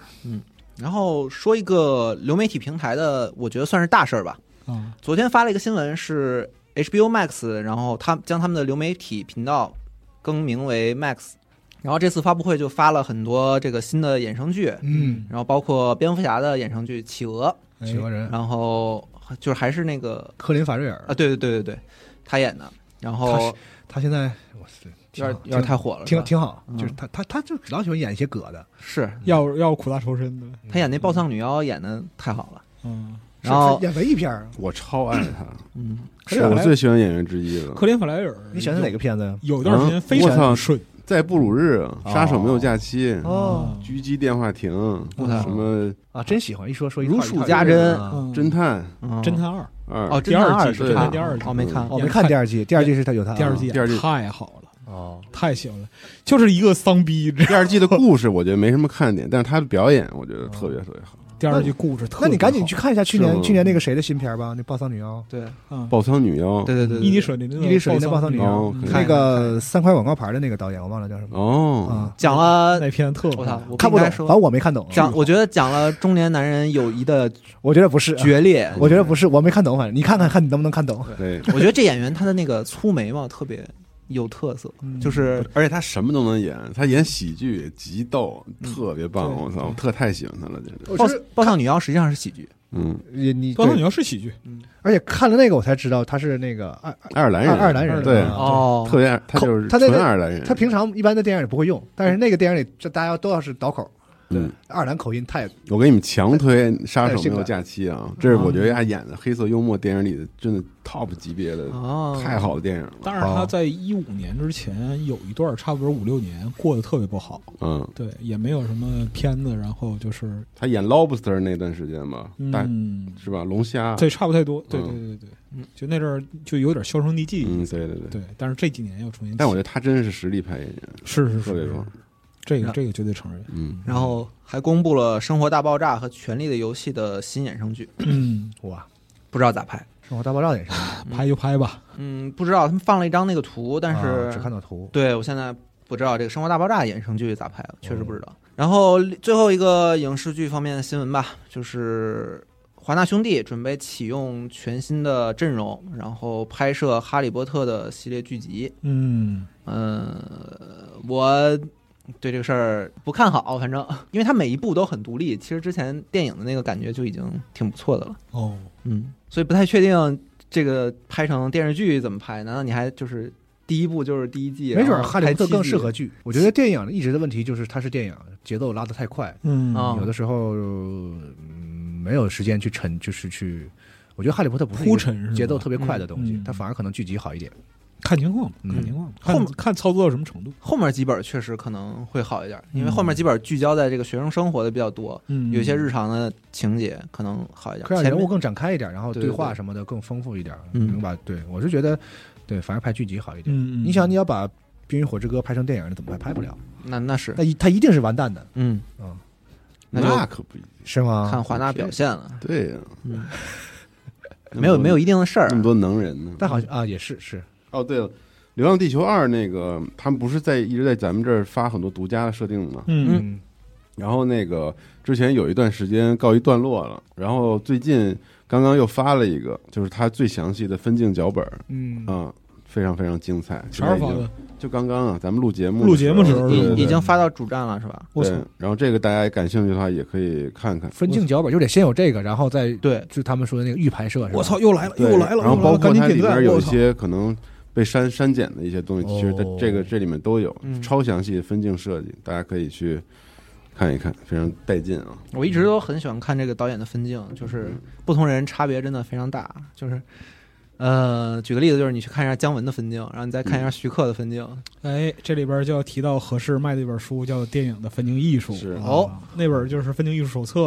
然后说一个流媒体平台的，我觉得算是大事儿吧。
啊，
昨天发了一个新闻是 HBO Max，然后他将他们的流媒体频道更名为 Max，然后这次发布会就发了很多这个新的衍生剧，
嗯，
然后包括蝙蝠侠的衍生剧《企鹅
哎
美国人》，
然后就是还是那个
嗯科林·法瑞尔
啊，，对对对对对，他演的，然
他
后
是他现在我是
有
挺
点
好
有点太火了，
挺
是吧
挺好，
嗯
就是他他他就老喜欢演一些葛的，
是
要要苦大仇深的，
他演那暴丧女妖演的太好了，
嗯，
是
然后
是演文艺片儿。
我超爱他，
嗯，
可
是
是
我
还
最喜欢演员之一了。
克林法莱尔，
你喜欢哪个片子嗯呀？
有？有段时
嗯
间非常不顺
在布鲁日啊，
哦
杀手没有假期，
哦
啊
狙击电话亭，
我操
什么
啊，真喜欢，一说说一套
如数
一套
家
一套
珍
啊
嗯
侦探啊
嗯
侦探二
二
哦，，
第
侦探
二
二
季
是
对
吧
第二季
哦，没看
我没看第二季，第二季是他有他啊
第二季
第二季
太好了，
哦，
太行了，就是一个丧逼，这
第二季的故事我觉得没什么看点，但是他的表演我觉得特别特别好。
第二季故事特别
那
好
你赶紧去看一下去年
是
去年那个谁的新片儿吧，那《暴丧女妖
对
啊，
爆仓女妖，
对对对，
伊尼水林的
伊尼舍林的
暴
暴丧女
妖
妖
哦》
嗯
可以
那
看
个三块广告牌的那个导演，我忘了叫什么
哦，
啊，
讲了，
那片特
我操，我
看不
应该
懂，反
说
正我没看懂。
讲，我觉得讲了中年男人友谊的
我觉得不是，
决裂。
啊我觉得不是，我没看懂，反正你看看看你能不能看懂。
对，
我觉得这演员他的那个粗眉毛特别有特色，
嗯
就是
而且他什么都能演，他演喜剧也极逗，
嗯
特别棒，
对
我操，
对
我特太喜欢他了，简直。
我
暴
觉得
暴丧女妖实际上是喜剧，
嗯，
也哦你
暴丧女
对，
妖是喜剧，
而且看了那个我才知道他是那个爱
爱尔兰
爱
人，
爱尔兰人
对，
啊
哦
特别爱，他就是
他
纯
在那
爱尔兰人，
他平常一般的电影里不会用，但是那个电影里，这大家都要是倒口，
嗯，
爱尔兰口音太
我给你们强推《杀手
性
没
感
有假期》啊，这是我觉得他演的黑色幽默电影里的真的 top 级别的，
哦，
太好的电影了。
但是他在一五年之前有一段差不多五六年过得特别不好，
嗯，
对，也没有什么片子，然后就是
他演 Lobster 那段时间吧，大
嗯，
是吧？龙虾，
对，差不太多，对
嗯
对对对
嗯
对，就那阵儿就有点销声匿迹，
嗯，对对对。
对，但是这几年又重新起，
但我觉得他真是实力派演员，
是是
特别
是，
棒
是。这个
嗯
这个绝对承认，
嗯，
然后还公布了《生活大爆炸》和《权力的游戏》的新衍生剧，
嗯，
哇，
不知道咋拍。
《生活大爆炸》也是，
拍就拍吧，
嗯，不知道他们放了一张那个图，但
啊只
是
看到图。
对我现在不知道这个《生活大爆炸》衍生剧咋拍了，确实
哦
不知道。然后最后一个影视剧方面的新闻吧，就是华纳兄弟准备启用全新的阵容，然后拍摄《哈利波特》的系列剧集。
嗯，
嗯，我对这个事儿不看好，反正因为它每一部都很独立，其实之前电影的那个感觉就已经挺不错的了。
哦，
嗯，所以不太确定这个拍成电视剧怎么拍。难道你还就是第一部就是第一季？
没准
然
儿
后
《哈利波特》
拍七
更
季
适合剧。我觉得电影一直的问题就是它是电影，节奏拉得太快，
嗯
啊
有的时候嗯没有时间去沉，就是去。我觉得《哈利波特》不是一个
铺陈是吧
节奏特别快的东西
嗯，
它反而可能剧集好一点。
看情况吧，
嗯
看情况吧，
后面
看看操作到什么程度，
后面几本确实可能会好一点，因为
嗯
后面几本聚焦在这个学生生活的比较多，
嗯，
有一些日常的情节可能好一点。
可以让啊
前
人
面
物更展开一点，然后
对
对
对
话
对
什么的更丰富一点，
嗯
能把对我是觉得，对，反而拍剧集好一点。
嗯，嗯，
你想，你要把《冰与火之歌》拍成电影，那怎么还拍不了？
那那是
那一它一定是完蛋的，
嗯
嗯，
那就
可不一定。
是吗？
看华纳表现了，
对呀、
嗯，
[laughs] 那么多
没有没有一定的事儿
那么多能人呢。
但好像啊，也是是，
哦，对了，《流浪地球二》那个他们不是在一直在咱们这儿发很多独家的设定吗？
嗯，
嗯，
然后那个之前有一段时间告一段落了，然后最近刚刚又发了一个，就是他最详细的分镜脚本儿
嗯
啊、非常非常精彩。
啥时候
现在
发
已经
的？
就刚刚啊，咱们录节目
录节目时候
对
是
对
吧
对
已已经发到主站了是吧？
我操！
对然后这个大家感兴趣的话，也可以看看。
分
哎
镜脚本就得先有这个，然后再
对，
就他们说的那个预拍摄，是吧
我操，，又来了，
对
又来了，
然后
又来了
包括
赶紧
它里
点
面
赞！
有
我
一
操，
些可能被删删减的一些东西，其实它
哦
这个这里面都有
嗯
超详细的分镜设计，大家可以去看一看，非常带劲啊！
我一
嗯
直都很喜欢看这个导演的分镜，就是不同人差别真的非常大。就是，呃，举个例子，就是你去看一下姜文的分镜，然后你再看一
嗯
下徐克的分镜。
[laughs] 哎，这里边就要提到何适卖的一本书，叫《电影的分镜艺术》。
是
哦
啊，那本就是《分镜艺术手册》，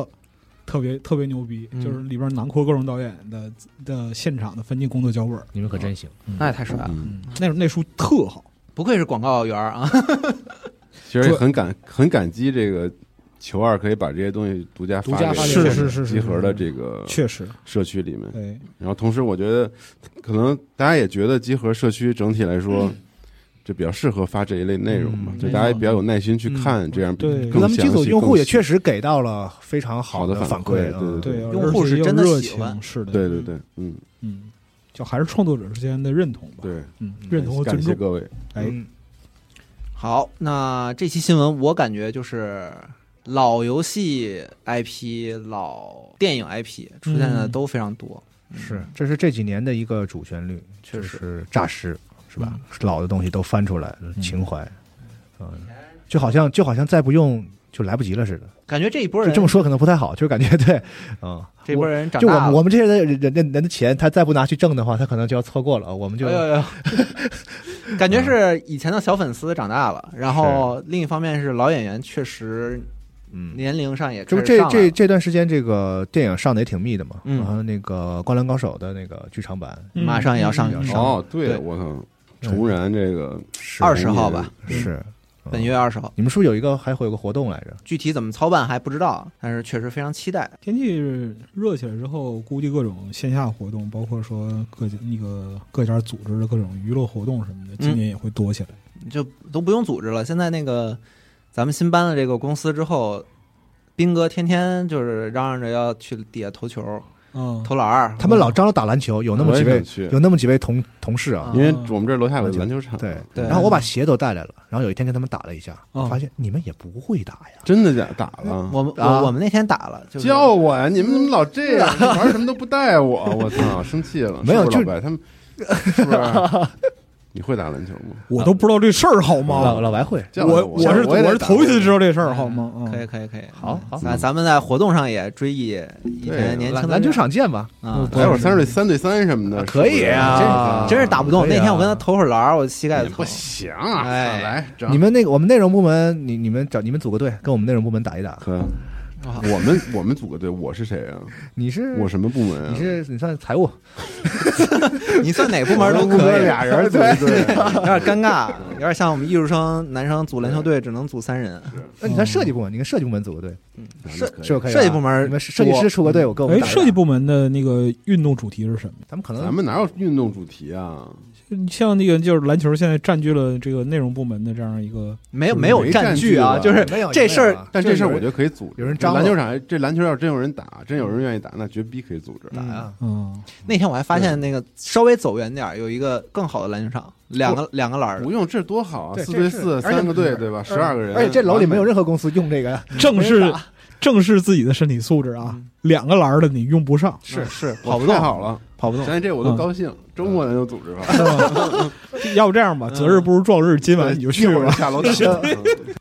特别特别牛逼，
嗯
就是里边囊括各种导演的的现场的分镜工作脚本。
你们可真行，
那也太帅了，
嗯，
那那书特好，
不愧是广告员儿啊！ [laughs]
其实也很感很感激这个球二可以把这些东西独家
独家发
发给
给
是
这个
是是是
集合
是
的
是
这个
确实，
社区里面。
哎，
然后同时，我觉得可能大家也觉得集合社区整体来说。就比较适合发这一类内容嘛，
嗯
就大家也比较有耐心去看，这样比
对
更
咱们机
详
组
细
用户也
更
确实给到了非常
好
的
的
反
馈，
嗯
对
对，
对
用户是
而且又
真的
热
喜欢
情是的，
对对对，嗯
嗯，就还是创作者之间的认同吧，
对，
嗯，认同和尊
感谢
重，
各位，
哎，
嗯
好，那这期新闻我感觉就是老游戏 IP、老电影 IP 出现
嗯
的都非常多，
是，这是这几年的一个主旋律，
确实
是诈尸，是吧？老的东西都翻出来了，情怀，嗯，就好像就好像再不用就来不及了似的。
感觉这一波
就
人
这么说可能不太好，就是感觉对，嗯，
这波人长
就我
大
们
了。哎
我们这些人人人人的钱，他再不拿去挣的话，他可能就要错过了。我们就
哎呦呦，感觉是以前的小粉丝长大了，然后另一方面是老演员确实
嗯。
年龄上也开
就是
始
这
上来
这
了
这段时间，这个电影上的也挺密的嘛，
嗯
然后那个《灌篮高手》的那个剧场版
嗯
马上也要上
嗯
映
了
了，
哦，对
对
我操，重燃这个
是嗯
二十号吧，
是
本月嗯二十号，
你们是不是有一个还会有个活动来着？
具体怎么操办还不知道，但是确实非常期待。
天气热起来之后，估计各种线下活动，包括说各家那个各家组织的各种娱乐活动什么的，今年也会多起来。
就都不用组织了。现在那个咱们新搬了这个公司之后，斌哥天天就是嚷嚷着要去底下投球、
嗯，
投篮儿。
他们老张罗打篮球，有那么几
我也
位
想去
有那么几位同同事啊，
因为我们这儿楼下有篮球场，
对，
嗯对嗯
然后我把鞋都带来了，然后有一天跟他们打了一架，
哦
我发现你们也不会打呀，
真的假打了？
我们我、
啊
我们那天打了，就是
叫我呀！你们怎么老这样？你玩什么都不带我，我操，生气了！
没有
是不是
就
老白他们是不是？ [laughs] 你会打篮球吗？
我都不知道这事儿好
老
吗？
老白会，
叫
我
我
是
我
我
也得
是
打
头一次知道这事
嗯
儿好吗？嗯
可以可以可以，
好好
咱咱们在活动上也追忆以前年轻
篮
的
篮球场嗯见吧，
啊，
待会儿三对三对三什么的，
可以啊
是
真
不
是
是
打不动。
可以啊
那天我跟他投会儿篮儿，我膝盖
也不
疼。
行啊！
哎
来，整
你们那个我们内容部门，你你们找你们组个队，跟我们内容部门打一打，
可我们我们组个队，我是谁啊？
你是
我什么部门啊？
嗯你是你算财务，
你算哪部门
我
都
[laughs]
们部门
可以，
啊俩人组一队，
有点尴尬，有点像我们艺术生男生组篮球队只能组三人。
那
嗯
你算设计部门，你跟设计部门组个队，
是
是不是可以啊？
设计部门
你们设计师出个队，我跟我们
哎，
打一打
设计部门的那个运动主题是什么？
咱们可
咱
能
们哪有运动主题啊？
像那个就是篮球现在占据了这个内容部门的这样一个，
没有
没
没有占
占
据啊，
据吧
就是
没有
这事儿
没有啊
但这事儿我觉
就
得可以组织。
有人张罗
篮球场，这篮球要真有人打，真有人愿意打，那绝逼可以组织。
打呀，
嗯，
那天我还发现那个稍微走远点儿有一个更好的篮球场，两个两个篮儿
不
的，
用，这多好啊！
对
四对
这
四，
是而且嗯
三个队，对吧？十二个人，嗯
而且这楼里没有任何公司用这个，
正
没
视
人打
正视自己的身体素质啊，两个篮儿的你用不上，
嗯是是跑
完美，
不
我太
动，
好了，
跑不
想
动。
想这我都
嗯
高兴。周末咱就组织吧，
是吧？要不这样吧，择日不如撞日，今晚你就去
一会儿
吧。
下楼打球。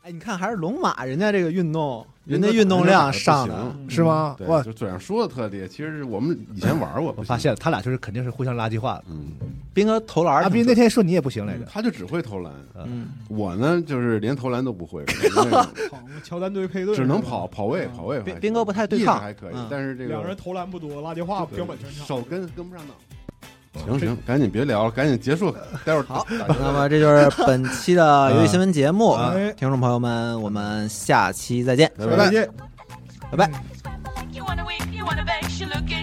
哎，你看还是龙马人家这个运动，人
人家
家运动量上
打得
的
不，
是吗？
嗯对
哇，，
就嘴上说的特厉害，其实是我们以前玩过，
我
不
发
行。
现了他俩就是肯定是互相垃圾化的。
嗯，
斌哥投篮儿
阿
挺准，
斌那天说你也不行来着，
他就只会投篮，
嗯，
我呢就是连投篮都不会，那种
乔丹队配对
只能跑跑位跑位。
斌斌哥不太对
意识
抗
还可以
嗯，
但是这个
两人投篮不多，垃圾话标本全场。
手跟跟不上脑。行行，赶紧别聊了，赶紧结束，待会儿好。打
[laughs]
电
那
话
么这就是本期的游戏新闻节目
啊哎，
听众朋友们，我们下期再见，
拜拜。
见。
拜拜。
You wanna wake, you wanna bake, she looking